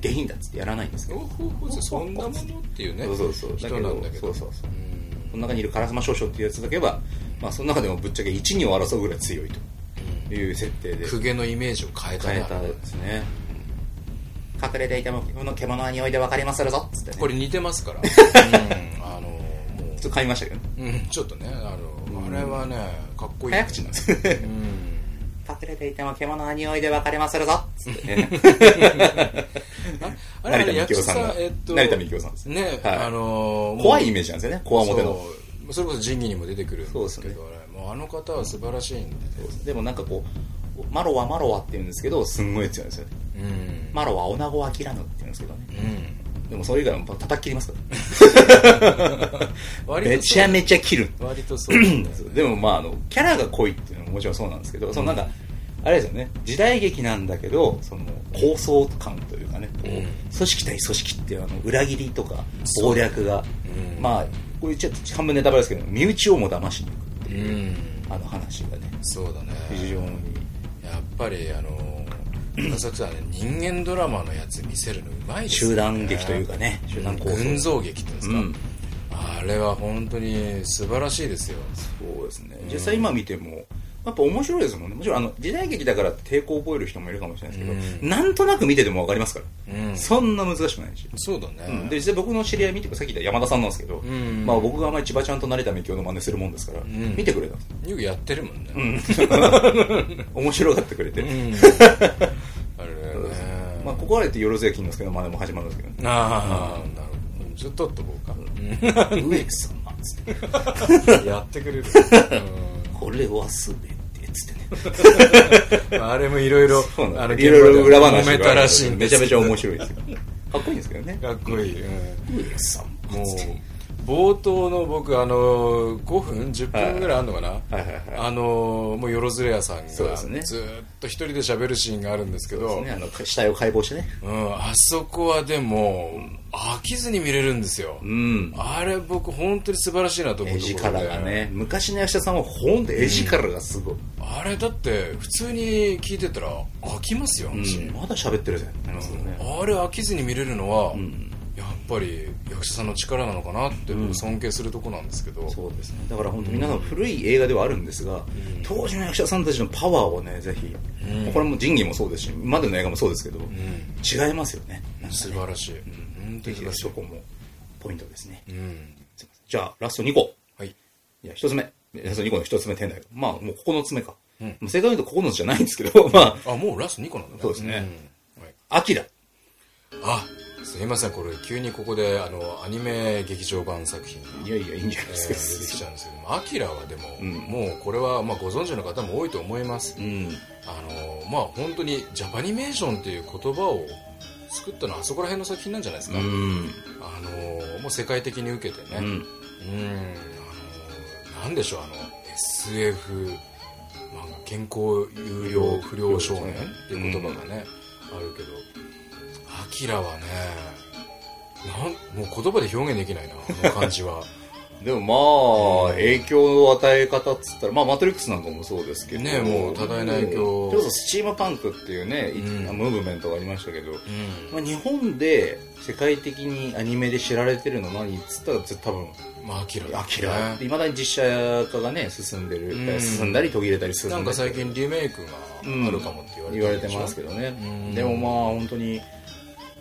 Speaker 1: 下品だっつってやらないんですけど、
Speaker 2: ほうほうほうそんなものっていうね
Speaker 1: そうそうそう
Speaker 2: 人なんだけど
Speaker 1: そうそうそう
Speaker 2: うん
Speaker 1: この中にいる烏丸少将っていうやつだけは、まあ、その中でもぶっちゃけ1、2を争うぐらい強いという設定で
Speaker 2: 公家のイメージを変えたな
Speaker 1: 変えたんですね。隠れていたもの獣は匂いで分かりまするぞっつってね。
Speaker 2: これ似てま
Speaker 1: (laughs)
Speaker 2: すからうんあのもう
Speaker 1: ちょっと買いましたけどね。
Speaker 2: うん、ちょっとねあの、あれはねかっこいい
Speaker 1: 早口なんですね。
Speaker 2: うん
Speaker 1: 隠れていても獣は匂いで分かりまするぞっつってね。(laughs) 成
Speaker 2: あれ
Speaker 1: 田幹
Speaker 2: 役
Speaker 1: 夫
Speaker 2: 者
Speaker 1: さんが
Speaker 2: えっと
Speaker 1: 成田幹夫さんです
Speaker 2: ね、
Speaker 1: はい
Speaker 2: あのもう
Speaker 1: (laughs) (laughs) 怖いイメージなんですよね、こわもての。
Speaker 2: そうそれこそ仁義にも出てくるんですけど
Speaker 1: そ
Speaker 2: あれもうあの方は素晴らしいんで
Speaker 1: でもなんかこう、マロはマロはって言うんですけど、すんごい強いんですよね。
Speaker 2: うん、うん
Speaker 1: マロは女子は切らぬって言うんですけどね。でもそれ以外も叩き切りますから。
Speaker 2: 割
Speaker 1: め
Speaker 2: とそ
Speaker 1: ちゃ
Speaker 2: う
Speaker 1: めちゃ切る。
Speaker 2: 割とそうなんだよ
Speaker 1: でもまああのキャラが濃いっていうのももちろんそうなんですけどそのなんか、あれですよね時代劇なんだけどその構想感というかねこう、
Speaker 2: うん
Speaker 1: 組織対組織っていうあの裏切りとか
Speaker 2: そう
Speaker 1: 謀略が、
Speaker 2: うん
Speaker 1: まあこれちょっと半分ネタバレですけど身内をも騙しに行くって
Speaker 2: う
Speaker 1: いうんあの話がね
Speaker 2: そうだね
Speaker 1: 非常に、
Speaker 2: やっぱりあの浅草はね人間ドラマのやつ見せるのうまいです
Speaker 1: 集団劇というかね集団構想
Speaker 2: 群像劇っていうんですか、
Speaker 1: うん
Speaker 2: あれは本当に素晴らしいですよ
Speaker 1: そうですね実際今見てもやっぱ面白いですもんねもちろんあの時代劇だからって抵抗を覚える人もいるかもしれないですけど、
Speaker 2: う
Speaker 1: なんとなく見てても分かりますから、
Speaker 2: うんそ
Speaker 1: そんな難しくないし
Speaker 2: うだね、
Speaker 1: うんで実際僕の知り合い見てさっき言った山田さんなんですけど、
Speaker 2: ん
Speaker 1: まあ、僕があんまり千葉ちゃんと成田美京の真似するもんですから、
Speaker 2: ん
Speaker 1: 見てくれたんで
Speaker 2: よくやってるもんね、
Speaker 1: す、 (laughs) 面白がってくれて、
Speaker 2: うんあれね、
Speaker 1: まあ、ここから言ってよろずや金之助の真似も始まるんですけど、ね、
Speaker 2: ああなるほどちょっと取っとこうか、
Speaker 1: (laughs) 植木さんなんつって
Speaker 2: やってくれる、
Speaker 1: これはすべてつってね
Speaker 2: うん (laughs) あれもいろいろ
Speaker 1: そうな
Speaker 2: あ
Speaker 1: ん
Speaker 2: の
Speaker 1: ですいろいろ裏話
Speaker 2: 揉めたらしいん
Speaker 1: め
Speaker 2: で
Speaker 1: ちゃ
Speaker 2: す
Speaker 1: めちゃ面白い (laughs) ですよかっこいいんですけどね
Speaker 2: かっこいい、うん
Speaker 1: 植木さん
Speaker 2: もう冒頭の僕あの5分10分ぐらいあるのかな、
Speaker 1: はいはいはい
Speaker 2: あのもうよろずれ屋さんがず
Speaker 1: そうですね
Speaker 2: ーっと一人で喋るシーンがあるんですけど
Speaker 1: ねあの死体を解剖してね
Speaker 2: うん、あそこはでも飽きずに見れるんですよ、
Speaker 1: うん
Speaker 2: あれ僕本当に素晴らしいなと思う
Speaker 1: 絵
Speaker 2: とこ
Speaker 1: 力
Speaker 2: ろで
Speaker 1: がね昔の吉田さんはほんと絵力がすごい、
Speaker 2: あれだって普通に聞いてたら飽きますよ、私
Speaker 1: まだ喋ってるじゃんってなりますよね
Speaker 2: あれ飽きずに見れるのは、やっぱり役者さんの力なのかなって僕尊敬するとこなんですけど、
Speaker 1: そうですねだから本当皆さん古い映画ではあるんですが、当時の役者さんたちのパワーをねぜひ、これも仁義もそうですし今までの映画もそうですけど、違いますよね
Speaker 2: 素晴らしい、本当
Speaker 1: ぜひ
Speaker 2: に素晴らしい
Speaker 1: そこもポイントですね、
Speaker 2: うん
Speaker 1: すいませんじゃあラスト2個
Speaker 2: はい
Speaker 1: いや1つ目ラスト2個の1つ目天台まあもう9つ目か、まあ正確に言うと9つじゃないんですけど (laughs) まあ
Speaker 2: あもうラスト2個なんだね
Speaker 1: そうですね、
Speaker 2: うんはい
Speaker 1: アキラ
Speaker 2: あすいませんこれ急にここであのアニメ劇場版作品
Speaker 1: いやいやいいんじゃない
Speaker 2: え
Speaker 1: で
Speaker 2: ー
Speaker 1: す
Speaker 2: 出
Speaker 1: か、
Speaker 2: てきちゃうんですけども「アキラはでも、もうこれは、まあ、ご存知の方も多いと思います、
Speaker 1: うん
Speaker 2: あのまあ本当にジャパニメーションっていう言葉を作ったのはあそこら辺の作品なんじゃないですか、
Speaker 1: うん
Speaker 2: あのもう世界的に受けてね
Speaker 1: う
Speaker 2: うん
Speaker 1: ん
Speaker 2: あのなんでしょうあの SF、まあ、健康有料不良少年っていう言葉がね、あるけどア
Speaker 1: (laughs)
Speaker 2: キラはねなんもう言葉で表現できないなあの感じは
Speaker 1: でもまあ、影響の与え方っつったら、まあ、マトリックスなんかもそうですけど。
Speaker 2: ねもう多大な影響
Speaker 1: うんちょっとスチーマパンクっていうね、い
Speaker 2: うん
Speaker 1: ムーブメントがありましたけど、
Speaker 2: う
Speaker 1: まあ、日本で世界的にアニメで知られてるの何っつったら、絶対多分、
Speaker 2: んまあアキラだ
Speaker 1: ア
Speaker 2: ね
Speaker 1: キラ。いまだに実写化がね、進んでる、
Speaker 2: うん
Speaker 1: 進んだり途切れたりする
Speaker 2: なんか最近リメイクがあるかもって
Speaker 1: 言
Speaker 2: 言
Speaker 1: わ
Speaker 2: わ
Speaker 1: れ
Speaker 2: れ
Speaker 1: て
Speaker 2: て
Speaker 1: ますけどね
Speaker 2: うん
Speaker 1: でもまあ本当に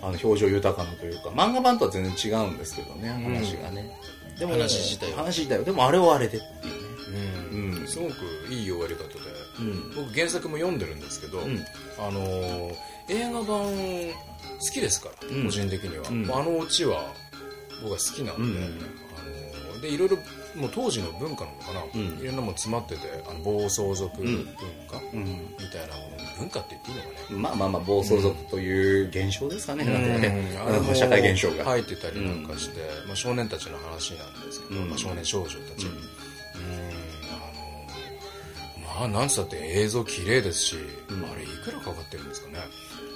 Speaker 1: あの表情豊かなというか漫画版とは全然違うんですけどね話がね、でも
Speaker 2: 話自体は
Speaker 1: 話自体はでもあれはあれでっていうね
Speaker 2: うん
Speaker 1: うん
Speaker 2: すごくいい終わり方で
Speaker 1: うん
Speaker 2: 僕原作も読んでるんですけど、
Speaker 1: ん
Speaker 2: あのー映画版好きですから、
Speaker 1: うん
Speaker 2: 個人的には、
Speaker 1: うん
Speaker 2: あのオチは僕は好きなんで、
Speaker 1: うん
Speaker 2: あのーでいろいろもう当時の文化なのかな、
Speaker 1: うん
Speaker 2: いろんなもの詰まっててあの暴走族文化、
Speaker 1: うん
Speaker 2: みたいなもの文化って言っていいのかね
Speaker 1: まあまあまあ暴走族という現象ですかね、なんかね
Speaker 2: あれ
Speaker 1: うん
Speaker 2: も
Speaker 1: 社会現象が、
Speaker 2: 入ってたりなんかして、まあ、少年たちの話なんですけど、
Speaker 1: うん
Speaker 2: まあ、少年少女たち、うん、あのまあなんつったって映像綺麗ですし、
Speaker 1: ん
Speaker 2: あれいくらかかってるんですかね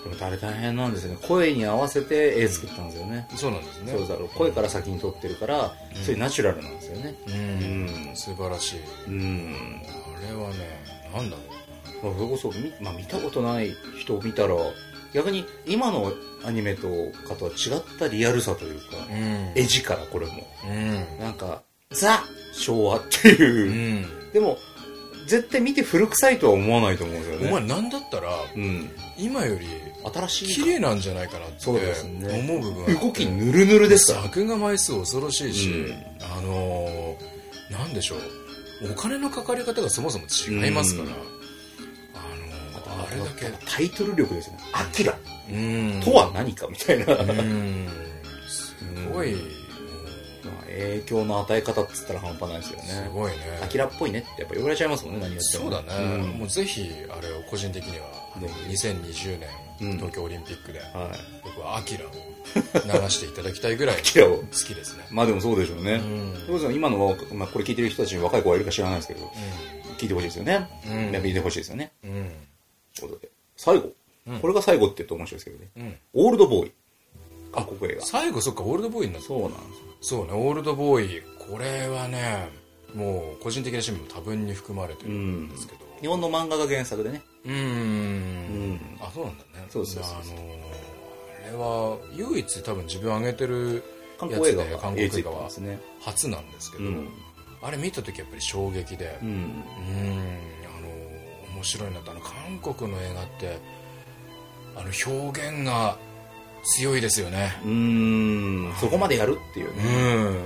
Speaker 1: でもあれ大変なんですよね声に合わせて絵作ったんですよね、
Speaker 2: そうなんですね
Speaker 1: そうだろう声から先に撮ってるから、そういうナチュラルなんですよね
Speaker 2: うん、
Speaker 1: うん
Speaker 2: 素晴らしい
Speaker 1: うん
Speaker 2: あれはねなんだろ
Speaker 1: まあ、それこそ見,、まあ、見たことない人を見たら逆に今のアニメとかとは違ったリアルさというか、
Speaker 2: ううん
Speaker 1: 絵力これも
Speaker 2: うん
Speaker 1: なんかザ昭和っていうう、
Speaker 2: ん
Speaker 1: でも絶対見て古臭いとは思わないと思うんですよ
Speaker 2: お
Speaker 1: ね
Speaker 2: 前なんだったら
Speaker 1: うん、
Speaker 2: 今より
Speaker 1: 新しい
Speaker 2: 綺麗なんじゃないかなって
Speaker 1: そう
Speaker 2: 思
Speaker 1: ですね
Speaker 2: う部分あって
Speaker 1: 動きぬるぬるですから
Speaker 2: 作画枚数恐ろしいし、
Speaker 1: うん
Speaker 2: あのーなんでしょうお金のかかり方がそもそも違いますから、
Speaker 1: うん
Speaker 2: あのーあれだけ
Speaker 1: タイトル力ですね「アキラ
Speaker 2: うん
Speaker 1: とは何か」みたいな、
Speaker 2: う
Speaker 1: ま
Speaker 2: んす
Speaker 1: (laughs)
Speaker 2: ごい、
Speaker 1: う
Speaker 2: もう
Speaker 1: あ影響の与え方っつったら半端ないですよ
Speaker 2: す
Speaker 1: ね
Speaker 2: ごいね
Speaker 1: 「アキラっぽいね」ってやっぱ言われちゃいますもんね何やって
Speaker 2: そ
Speaker 1: も
Speaker 2: うだね、
Speaker 1: ん
Speaker 2: もうぜひあれを個人的にはあの
Speaker 1: ぜひ
Speaker 2: 2020年、
Speaker 1: うん
Speaker 2: 東京オリンピックで
Speaker 1: はい
Speaker 2: 僕は「アキラを流していただきたいぐらい好
Speaker 1: キラを
Speaker 2: きですね、
Speaker 1: まあでもそうでしょうね、
Speaker 2: うん
Speaker 1: そうですよ今の若、まあ、これ聞いてる人たちに若い子がいるか知らないですけど、聞いてほしいですよね。
Speaker 2: うん
Speaker 1: 見てほしいですよね。
Speaker 2: うんうん
Speaker 1: ということで。最後、
Speaker 2: うん
Speaker 1: これが最後って言うと面白いですけどね。
Speaker 2: うん
Speaker 1: オールドボーイ。韓国映画。
Speaker 2: 最後そっかオールドボーイになった
Speaker 1: そうなんですよ。
Speaker 2: そうねオールドボーイこれはねもう個人的な趣味も多分に含まれてるんですけど
Speaker 1: 日本の漫画が原作でね。
Speaker 2: うーん
Speaker 1: うん
Speaker 2: あそうなんだね
Speaker 1: そうそうそう
Speaker 2: あのーあれは唯一多分自分上げてる
Speaker 1: 韓国映画
Speaker 2: やつで
Speaker 1: が
Speaker 2: 韓国映画
Speaker 1: A
Speaker 2: は
Speaker 1: ですね。
Speaker 2: 初なんですけ
Speaker 1: う
Speaker 2: ど、
Speaker 1: ん。
Speaker 2: あれ見た時やっぱり衝撃で
Speaker 1: う。
Speaker 2: うんーんあのー面白いなとあの韓国の映画ってあの表現が強いですよね
Speaker 1: うーん。そこまでやるっていうね。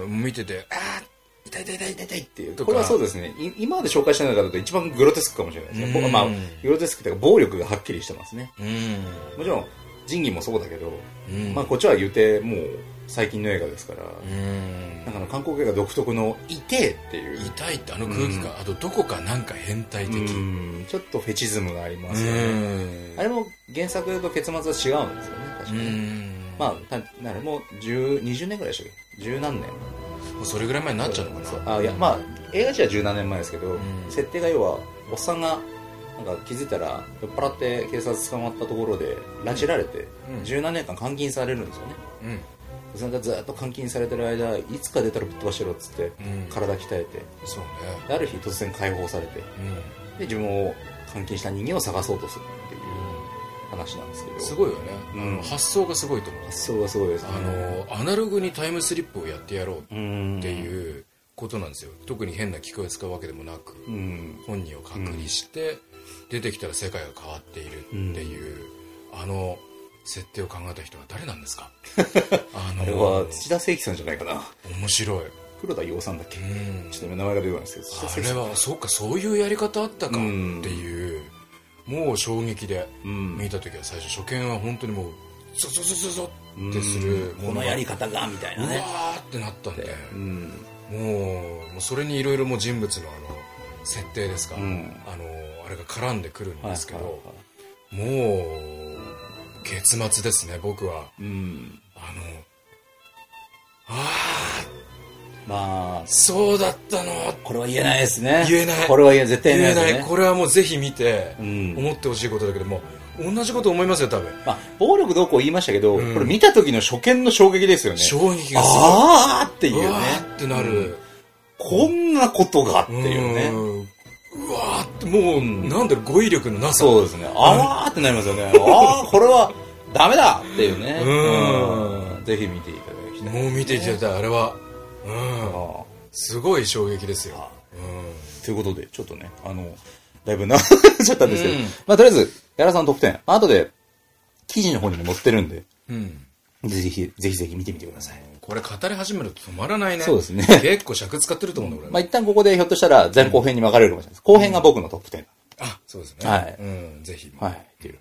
Speaker 2: うん見ててああ痛い痛い痛い痛い
Speaker 1: 痛いっていう
Speaker 2: とか
Speaker 1: これはそうですねい今まで紹介した中だと一番グロテスクかもしれないですね、ここまあ
Speaker 2: うん
Speaker 1: グロテスクというか暴力がはっきりしてますね
Speaker 2: うん
Speaker 1: もちろん仁義もそうだけど、
Speaker 2: うん
Speaker 1: まあこっちは言うてもう最近の映画ですから、
Speaker 2: うん
Speaker 1: なんかあの韓国映画独特の「痛え」っていう
Speaker 2: 痛いってあの空気感、あとどこかなんか変態的うん
Speaker 1: うんちょっとフェチズムがありますよね、あれも原作と結末は違うんですよね確か
Speaker 2: う
Speaker 1: に、
Speaker 2: ん
Speaker 1: まあたあれも10 20年ぐらいでしたっけ十何年
Speaker 2: もうそれぐらい前になっちゃうのかな
Speaker 1: あいやまあ映画自体は十何年前ですけど、
Speaker 2: ん
Speaker 1: 設定が要はおっさんがなんか気づいたら酔っ払って警察捕まったところで拉致られて
Speaker 2: うん
Speaker 1: 十何年間監禁されるんですよね、
Speaker 2: うん
Speaker 1: おっさんがずっと監禁されてる間いつか出たらぶっ飛ばしてろっつって、
Speaker 2: うん
Speaker 1: 体鍛えて
Speaker 2: そうね
Speaker 1: である日突然解放されて
Speaker 2: うん
Speaker 1: で自分を監禁した人間を探そうとするっていう話なんですけど
Speaker 2: すごいよね、
Speaker 1: うん
Speaker 2: あの発想がすごいと思います
Speaker 1: 発想がすごいですね
Speaker 2: あのアナログにタイムスリップをやってやろうっ
Speaker 1: うん
Speaker 2: ていうことなんですよ、特に変な機械を使うわけでもなく、
Speaker 1: うん
Speaker 2: 本人を隔離して、出てきたら世界が変わっているっていう、あの設定を考えた人は誰なんですかあ
Speaker 1: (laughs) あれは土田聖輝さんじゃないかな
Speaker 2: 面白い、
Speaker 1: 黒田洋さんだっけ、
Speaker 2: うん
Speaker 1: ちょっと名前が出てこないですけど土田
Speaker 2: あ
Speaker 1: 聖輝
Speaker 2: れ
Speaker 1: さん
Speaker 2: はそうかそういうやり方あったかって
Speaker 1: うん
Speaker 2: いう、もう衝撃で
Speaker 1: うん
Speaker 2: 見た時は最初初見は本当にもうゾゾゾゾゾ
Speaker 1: うん
Speaker 2: ってする
Speaker 1: このやり方がみたいう
Speaker 2: わ
Speaker 1: なね
Speaker 2: ーってなったんで、
Speaker 1: うん
Speaker 2: もうもうそれにいろいろもう人物のあの設定ですか、
Speaker 1: うん
Speaker 2: あのあれが絡んでくるんですけど、
Speaker 1: はいはいは
Speaker 2: もう結末ですね僕はい
Speaker 1: うん
Speaker 2: あのああ
Speaker 1: まあ
Speaker 2: そうだったの
Speaker 1: これは言えないですね
Speaker 2: 言えない
Speaker 1: これは言え絶対
Speaker 2: 言
Speaker 1: 言え
Speaker 2: え
Speaker 1: ない
Speaker 2: な
Speaker 1: です
Speaker 2: い、
Speaker 1: ね
Speaker 2: これはもうぜひ見て、
Speaker 1: うん
Speaker 2: 思ってほしいことだけども同じこと思いますよ多分、
Speaker 1: まあ、暴力どうこう言いましたけど、
Speaker 2: うん
Speaker 1: これ見た時の初見の衝撃ですよね
Speaker 2: 衝撃がすごい
Speaker 1: ああっていうね
Speaker 2: うわーってなる、
Speaker 1: こんなことがっていうね。
Speaker 2: うんうわーってもう、なんだろう語彙力のなさ
Speaker 1: そうですね。あーってなりますよね。あー、これはダメだっていうね。
Speaker 2: うん
Speaker 1: うんぜひ見ていただきたい。
Speaker 2: もう見ていただいたあれはうん
Speaker 1: あ
Speaker 2: すごい衝撃ですよ
Speaker 1: あ
Speaker 2: う
Speaker 1: ーということで、ちょっとね、あの、だいぶ長くなっ (laughs) ちゃったんですけど、
Speaker 2: うん
Speaker 1: まあとりあえず、やらさんの特典、後で記事の方にも載ってるんで、
Speaker 2: んうん
Speaker 1: ぜひ、ぜひぜひ見てみてください。
Speaker 2: これ語り始めると止まらないね
Speaker 1: そうですね
Speaker 2: (laughs) 結構尺使ってると思うんだ俺、
Speaker 1: まあ一旦ここでひょっとしたら前後編に分かれるかもしれないです。後編が僕のトップ10。
Speaker 2: あそうですね
Speaker 1: はい
Speaker 2: うんぜひ
Speaker 1: はい。っていう